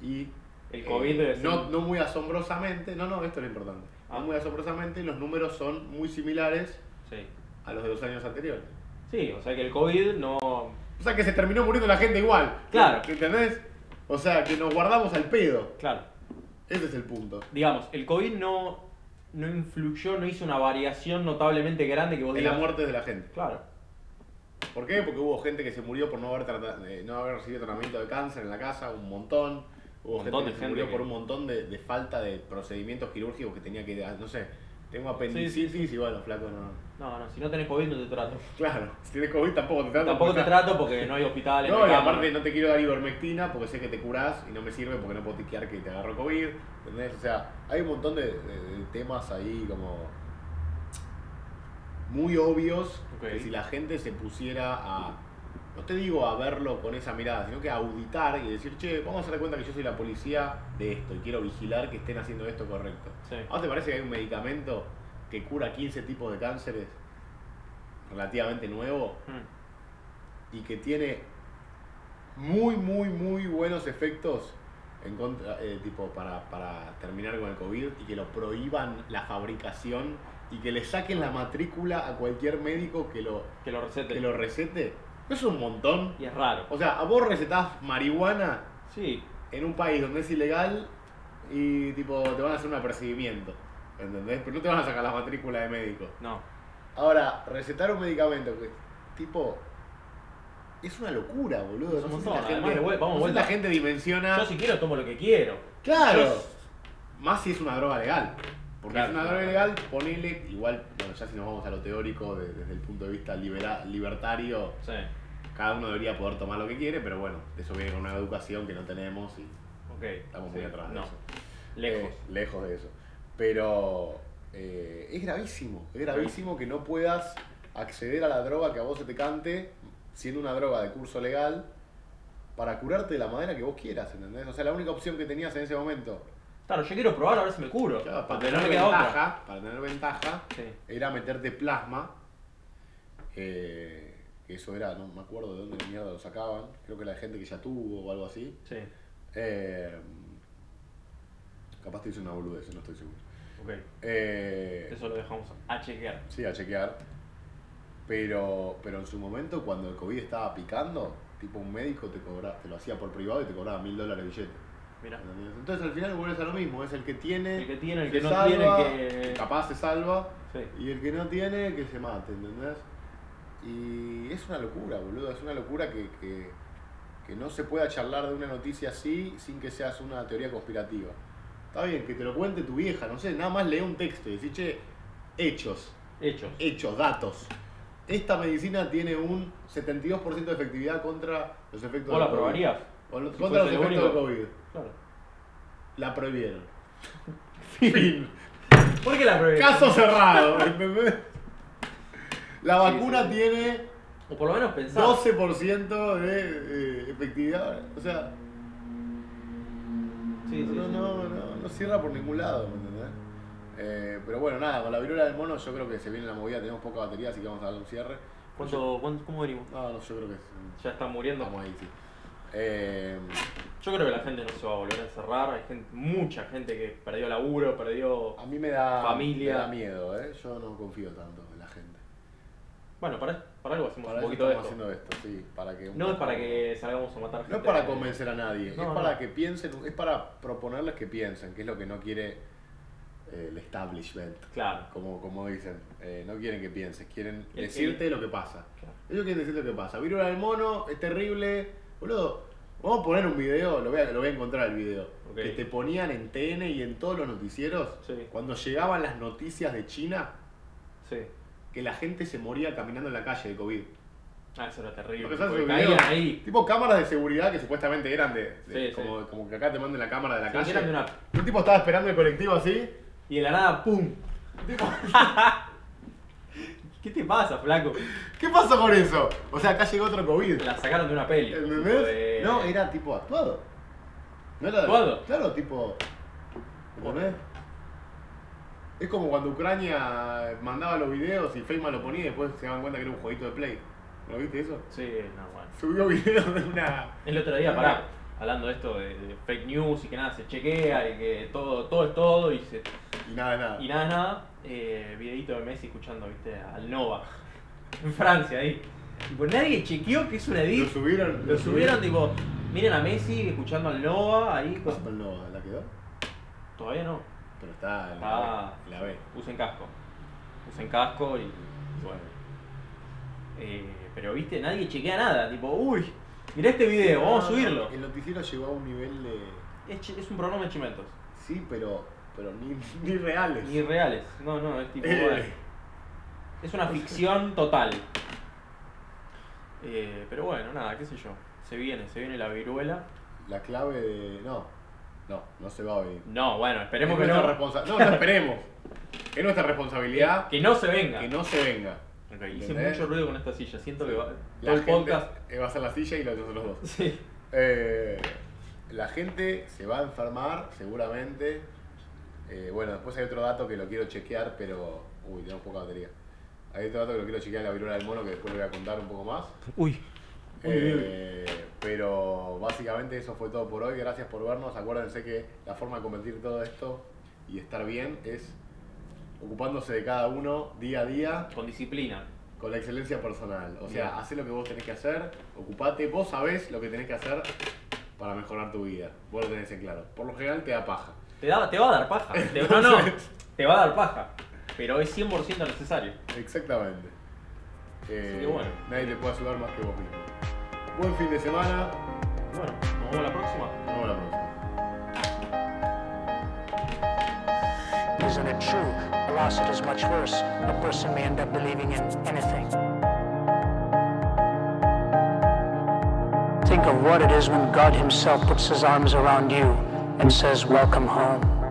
[SPEAKER 3] Y
[SPEAKER 1] El
[SPEAKER 3] eh,
[SPEAKER 1] COVID debe ser.
[SPEAKER 3] no, no muy asombrosamente, no, no, esto es lo importante.
[SPEAKER 1] Ah.
[SPEAKER 3] No muy asombrosamente, los números son muy similares
[SPEAKER 1] Sí.
[SPEAKER 3] a los de los años anteriores.
[SPEAKER 1] Sí, o sea que el COVID no.
[SPEAKER 3] O sea, que se terminó muriendo la gente igual.
[SPEAKER 1] Claro.
[SPEAKER 3] ¿Entendés? O sea, que nos guardamos al pedo.
[SPEAKER 1] Claro.
[SPEAKER 3] Ese es el punto.
[SPEAKER 1] Digamos, el COVID no, no influyó, no hizo una variación notablemente grande que vos
[SPEAKER 3] De la
[SPEAKER 1] digas.
[SPEAKER 3] muerte de la gente.
[SPEAKER 1] Claro.
[SPEAKER 3] ¿Por qué? Porque hubo gente que se murió por no haber, trata- eh, no haber recibido tratamiento de cáncer en la casa, un montón. Hubo
[SPEAKER 1] Un montón
[SPEAKER 3] gente que
[SPEAKER 1] de
[SPEAKER 3] se
[SPEAKER 1] gente
[SPEAKER 3] murió
[SPEAKER 1] que-
[SPEAKER 3] por un montón de, de falta de procedimientos quirúrgicos que tenía que, ah, no sé, tengo apendicitis
[SPEAKER 1] Sí, sí,
[SPEAKER 3] y bueno, flaco, no.
[SPEAKER 1] No, no, si no tenés COVID no te trato.
[SPEAKER 3] Claro, si tienes COVID tampoco te tratan.
[SPEAKER 1] Tampoco te
[SPEAKER 3] porque-
[SPEAKER 1] trato porque no hay hospitales.
[SPEAKER 3] No, y
[SPEAKER 1] hay
[SPEAKER 3] aparte
[SPEAKER 1] cámaras.
[SPEAKER 3] no te quiero dar ivermectina porque sé que te curás y no me sirve porque no puedo tiquear que te agarró COVID. ¿Entendés? O sea, hay un montón de, de- de temas ahí como muy obvios
[SPEAKER 1] Ok.
[SPEAKER 3] que si la gente se pusiera a, no te digo a verlo con esa mirada, sino que a auditar y decir, che, vamos a hacer de cuenta que yo soy la policía de esto y quiero vigilar que estén haciendo esto correcto.
[SPEAKER 1] Sí.
[SPEAKER 3] ¿A vos te parece que hay un medicamento que cura 15 tipos de cánceres relativamente nuevo?
[SPEAKER 1] Mm,
[SPEAKER 3] y que tiene muy, muy, muy buenos efectos en contra, eh, tipo para, para terminar con el COVID y que lo prohíban la fabricación y que le saquen la matrícula a cualquier médico que lo,
[SPEAKER 1] Que lo recete.
[SPEAKER 3] que lo recete. ¿No es un montón?
[SPEAKER 1] Y es raro.
[SPEAKER 3] O sea, a vos recetás marihuana
[SPEAKER 1] Sí,
[SPEAKER 3] en un país donde es ilegal y tipo te van a hacer un apercibimiento. ¿Entendés? Pero no te van a sacar la matrícula de médico.
[SPEAKER 1] no.
[SPEAKER 3] Ahora, recetar un medicamento que, tipo, es una locura, boludo.
[SPEAKER 1] Es un
[SPEAKER 3] no sé si la
[SPEAKER 1] montón,
[SPEAKER 3] gente,
[SPEAKER 1] además de vuel- vamos,
[SPEAKER 3] no sé si
[SPEAKER 1] vuelta.
[SPEAKER 3] la gente dimensiona.
[SPEAKER 1] Yo si quiero tomo lo que quiero.
[SPEAKER 3] claro.
[SPEAKER 1] yo-
[SPEAKER 3] Más si es una droga legal. Porque
[SPEAKER 1] Claro,
[SPEAKER 3] si es una
[SPEAKER 1] claro.
[SPEAKER 3] droga legal, ponele, igual, bueno, ya si nos vamos a lo teórico, de- desde el punto de vista libera- libertario,
[SPEAKER 1] Sí.
[SPEAKER 3] cada uno debería poder tomar lo que quiere, pero bueno, eso viene con una educación que no tenemos y
[SPEAKER 1] Ok.
[SPEAKER 3] estamos
[SPEAKER 1] Sí,
[SPEAKER 3] muy atrás de
[SPEAKER 1] No.
[SPEAKER 3] eso.
[SPEAKER 1] Lejos.
[SPEAKER 3] Eh, lejos de eso. Pero eh, es gravísimo, es gravísimo que no puedas acceder a la droga que a vos se te cante, siendo una droga de curso legal, para curarte de la manera que vos quieras, ¿entendés? O sea, la única opción que tenías en ese momento,
[SPEAKER 1] Claro, yo quiero probar a ver si me curo.
[SPEAKER 3] claro, para,
[SPEAKER 1] porque
[SPEAKER 3] tener
[SPEAKER 1] no me queda otra.
[SPEAKER 3] ventaja, para tener ventaja,
[SPEAKER 1] Sí.
[SPEAKER 3] era meterte plasma, eh, que eso era, no me acuerdo de dónde mierda lo sacaban, creo que la gente que ya tuvo o algo así.
[SPEAKER 1] Sí.
[SPEAKER 3] Eh, capaz te hice una boludez, no estoy seguro.
[SPEAKER 1] Ok.
[SPEAKER 3] Eh,
[SPEAKER 1] Eso lo dejamos a chequear.
[SPEAKER 3] sí, a chequear. Pero, pero en su momento, cuando el COVID estaba picando, tipo un médico te, cobra, te lo hacía por privado y te cobraba mil dólares billete.
[SPEAKER 1] Mira.
[SPEAKER 3] ¿entendés? Entonces al final vuelves a lo mismo, es el que tiene,
[SPEAKER 1] El que tiene, el
[SPEAKER 3] se
[SPEAKER 1] que no
[SPEAKER 3] salva,
[SPEAKER 1] tiene, el que-
[SPEAKER 3] capaz se salva,
[SPEAKER 1] Sí.
[SPEAKER 3] y el que no tiene, que se mate, ¿entendés? Y es una locura, boludo, es una locura que, que, que no se pueda charlar de una noticia así sin que seas una teoría conspirativa. Está bien, que te lo cuente tu vieja, no sé, nada más lee un texto y decís, che, hechos,
[SPEAKER 1] Hechos.
[SPEAKER 3] hechos, datos. Esta medicina tiene un 72% de efectividad contra los efectos
[SPEAKER 1] ¿Vos
[SPEAKER 3] del
[SPEAKER 1] la
[SPEAKER 3] COVID.
[SPEAKER 1] probarías?
[SPEAKER 3] O lo-
[SPEAKER 1] Si
[SPEAKER 3] contra los
[SPEAKER 1] fuese
[SPEAKER 3] efectos
[SPEAKER 1] lo
[SPEAKER 3] del
[SPEAKER 1] único.
[SPEAKER 3] COVID.
[SPEAKER 1] Claro.
[SPEAKER 3] La prohibieron. Fin.
[SPEAKER 1] ¿Por qué la probarías?
[SPEAKER 3] Caso cerrado. ¿entendés? La
[SPEAKER 1] Sí,
[SPEAKER 3] vacuna
[SPEAKER 1] sí, sí.
[SPEAKER 3] tiene
[SPEAKER 1] O por lo menos pensar.
[SPEAKER 3] 12% de eh, efectividad. O sea,
[SPEAKER 1] Sí, sí,
[SPEAKER 3] no,
[SPEAKER 1] sí.
[SPEAKER 3] no, no, no cierra por ningún lado, ¿me entendés? Eh, pero bueno, nada, con la viruela del mono yo creo que se viene la movida, tenemos poca batería, así que vamos a darle un cierre.
[SPEAKER 1] ¿Cuánto, cuánto, ¿Cómo venimos?
[SPEAKER 3] No, no, yo creo que
[SPEAKER 1] Ya está muriendo.
[SPEAKER 3] estamos ahí, sí. Eh,
[SPEAKER 1] Yo creo que la gente no se va a volver a encerrar. Hay gente, mucha gente que perdió laburo, perdió.
[SPEAKER 3] a mí me da,
[SPEAKER 1] Familia.
[SPEAKER 3] me da miedo, ¿eh? Yo no confío tanto en la gente.
[SPEAKER 1] Bueno, para, para algo hacemos
[SPEAKER 3] Para
[SPEAKER 1] un
[SPEAKER 3] eso
[SPEAKER 1] poquito de
[SPEAKER 3] estamos
[SPEAKER 1] esto.
[SPEAKER 3] haciendo esto, sí, para que un
[SPEAKER 1] No es para
[SPEAKER 3] poco-
[SPEAKER 1] que salgamos a matar gente.
[SPEAKER 3] No es para convencer a nadie,
[SPEAKER 1] No,
[SPEAKER 3] es
[SPEAKER 1] no.
[SPEAKER 3] para que piensen, es para proponerles que piensen, que es lo que no quiere eh, el establishment,
[SPEAKER 1] Claro.
[SPEAKER 3] como, como dicen. Eh, no quieren que pienses, quieren
[SPEAKER 1] El-
[SPEAKER 3] decirte lo que pasa.
[SPEAKER 1] claro.
[SPEAKER 3] Ellos quieren decirte lo que pasa. Viruela del mono, es terrible. Boludo, vamos a poner un video, lo voy a, lo voy a encontrar el video.
[SPEAKER 1] Ok.
[SPEAKER 3] Que te ponían en TN y en todos los noticieros,
[SPEAKER 1] Sí.
[SPEAKER 3] cuando llegaban las noticias de China,
[SPEAKER 1] Sí.
[SPEAKER 3] que la gente se moría caminando en la calle de COVID.
[SPEAKER 1] Ah, eso era terrible.
[SPEAKER 3] Porque ya se
[SPEAKER 1] porque
[SPEAKER 3] olvidó.
[SPEAKER 1] caían ahí.
[SPEAKER 3] Tipo cámaras de seguridad que supuestamente eran de. de-
[SPEAKER 1] Sí,
[SPEAKER 3] como, como que acá te manden la cámara de la
[SPEAKER 1] Sí,
[SPEAKER 3] calle.
[SPEAKER 1] eran de una-
[SPEAKER 3] Un tipo estaba esperando el colectivo así.
[SPEAKER 1] Y de la nada, ¡pum!
[SPEAKER 3] Tipo,
[SPEAKER 1] ¿Qué te pasa, flaco?
[SPEAKER 3] ¿Qué pasa con eso? O sea, acá llegó otro COVID.
[SPEAKER 1] La sacaron de una peli.
[SPEAKER 3] ¿Entendés?
[SPEAKER 1] De-
[SPEAKER 3] No, era tipo actuado. No era,
[SPEAKER 1] Actuado.
[SPEAKER 3] Claro, tipo. ¿Entendés? Es como cuando Ucrania mandaba los videos y Feynman lo ponía y después se daban cuenta que era un jueguito de play. ¿Lo viste eso?
[SPEAKER 1] Sí, no, bueno.
[SPEAKER 3] Subió videos de una.
[SPEAKER 1] El otro día, pará, hablando de esto de, de fake news y que nada se chequea y que todo, todo es todo y, se-
[SPEAKER 3] Y nada, de nada.
[SPEAKER 1] y nada, nada, eh, videito de Messi escuchando, viste, al Nova, en Francia ahí. Y pues nadie chequeó que es una
[SPEAKER 3] Lo
[SPEAKER 1] edit.
[SPEAKER 3] subieron.
[SPEAKER 1] Lo subieron, tipo, miren a Messi escuchando al Nova ahí.
[SPEAKER 3] ¿Qué
[SPEAKER 1] con-
[SPEAKER 3] pasa con Nova? Pues, ¿La quedó?
[SPEAKER 1] Todavía no,
[SPEAKER 3] Pero está en la,
[SPEAKER 1] Ah.
[SPEAKER 3] B, en la B.
[SPEAKER 1] usen casco. Usen casco y, y bueno. Eh, pero viste, nadie chequea nada, tipo, uy, mirá este video, vamos a subirlo.
[SPEAKER 3] El noticiero llegó a un nivel de.
[SPEAKER 1] Es, chi- es un programa de chimentos.
[SPEAKER 3] Sí, pero. Pero ni, ni reales.
[SPEAKER 1] Ni reales. No, no, es tipo.
[SPEAKER 3] Eh.
[SPEAKER 1] bueno, Es una ficción total. Eh, pero bueno, nada, qué sé yo. Se viene, se viene la viruela.
[SPEAKER 3] La clave de. No. No, no se va a venir.
[SPEAKER 1] No, bueno, esperemos
[SPEAKER 3] Es
[SPEAKER 1] que
[SPEAKER 3] nuestra
[SPEAKER 1] no,
[SPEAKER 3] responsa- No, no esperemos. es nuestra responsabilidad
[SPEAKER 1] que no se venga.
[SPEAKER 3] que no se venga.
[SPEAKER 1] Ok, hice
[SPEAKER 3] ¿Entendés?
[SPEAKER 1] mucho ruido con esta silla. Siento que va.
[SPEAKER 3] La
[SPEAKER 1] todo el
[SPEAKER 3] gente
[SPEAKER 1] podcast.
[SPEAKER 3] eh, va a ser la silla y los nosotros dos.
[SPEAKER 1] Sí.
[SPEAKER 3] Eh, la gente se va a enfermar, seguramente. Eh, bueno, después hay otro dato que lo quiero chequear, pero. Uy, tenemos poca batería. Hay otro dato que lo quiero chequear de la viruela del mono, que después lo voy a contar un poco más.
[SPEAKER 1] Uy.
[SPEAKER 3] Eh, pero básicamente eso fue todo por hoy. Gracias por vernos. Acuérdense que la forma de convertir todo esto y estar bien es ocupándose de cada uno día a día
[SPEAKER 1] Con disciplina.
[SPEAKER 3] con la excelencia personal. O
[SPEAKER 1] Bien.
[SPEAKER 3] sea, haz lo que vos tenés que hacer, ocupate, vos sabés lo que tenés que hacer para mejorar tu vida. Vos lo tenés en claro. Por lo general te da paja.
[SPEAKER 1] Te, da- te va a dar paja. Te- no, no. Te va a dar paja. Pero es 100% necesario.
[SPEAKER 3] Exactamente. Eh,
[SPEAKER 1] que bueno.
[SPEAKER 3] Nadie te puede ayudar más que vos mismo. Buen fin de semana.
[SPEAKER 1] Bueno, nos vemos la próxima.
[SPEAKER 3] Nos vemos la próxima.
[SPEAKER 2] Isn't it true? Alas, it is much worse. A person may end up believing in anything. Think of what it is when God Himself puts His arms around you and says, Welcome home.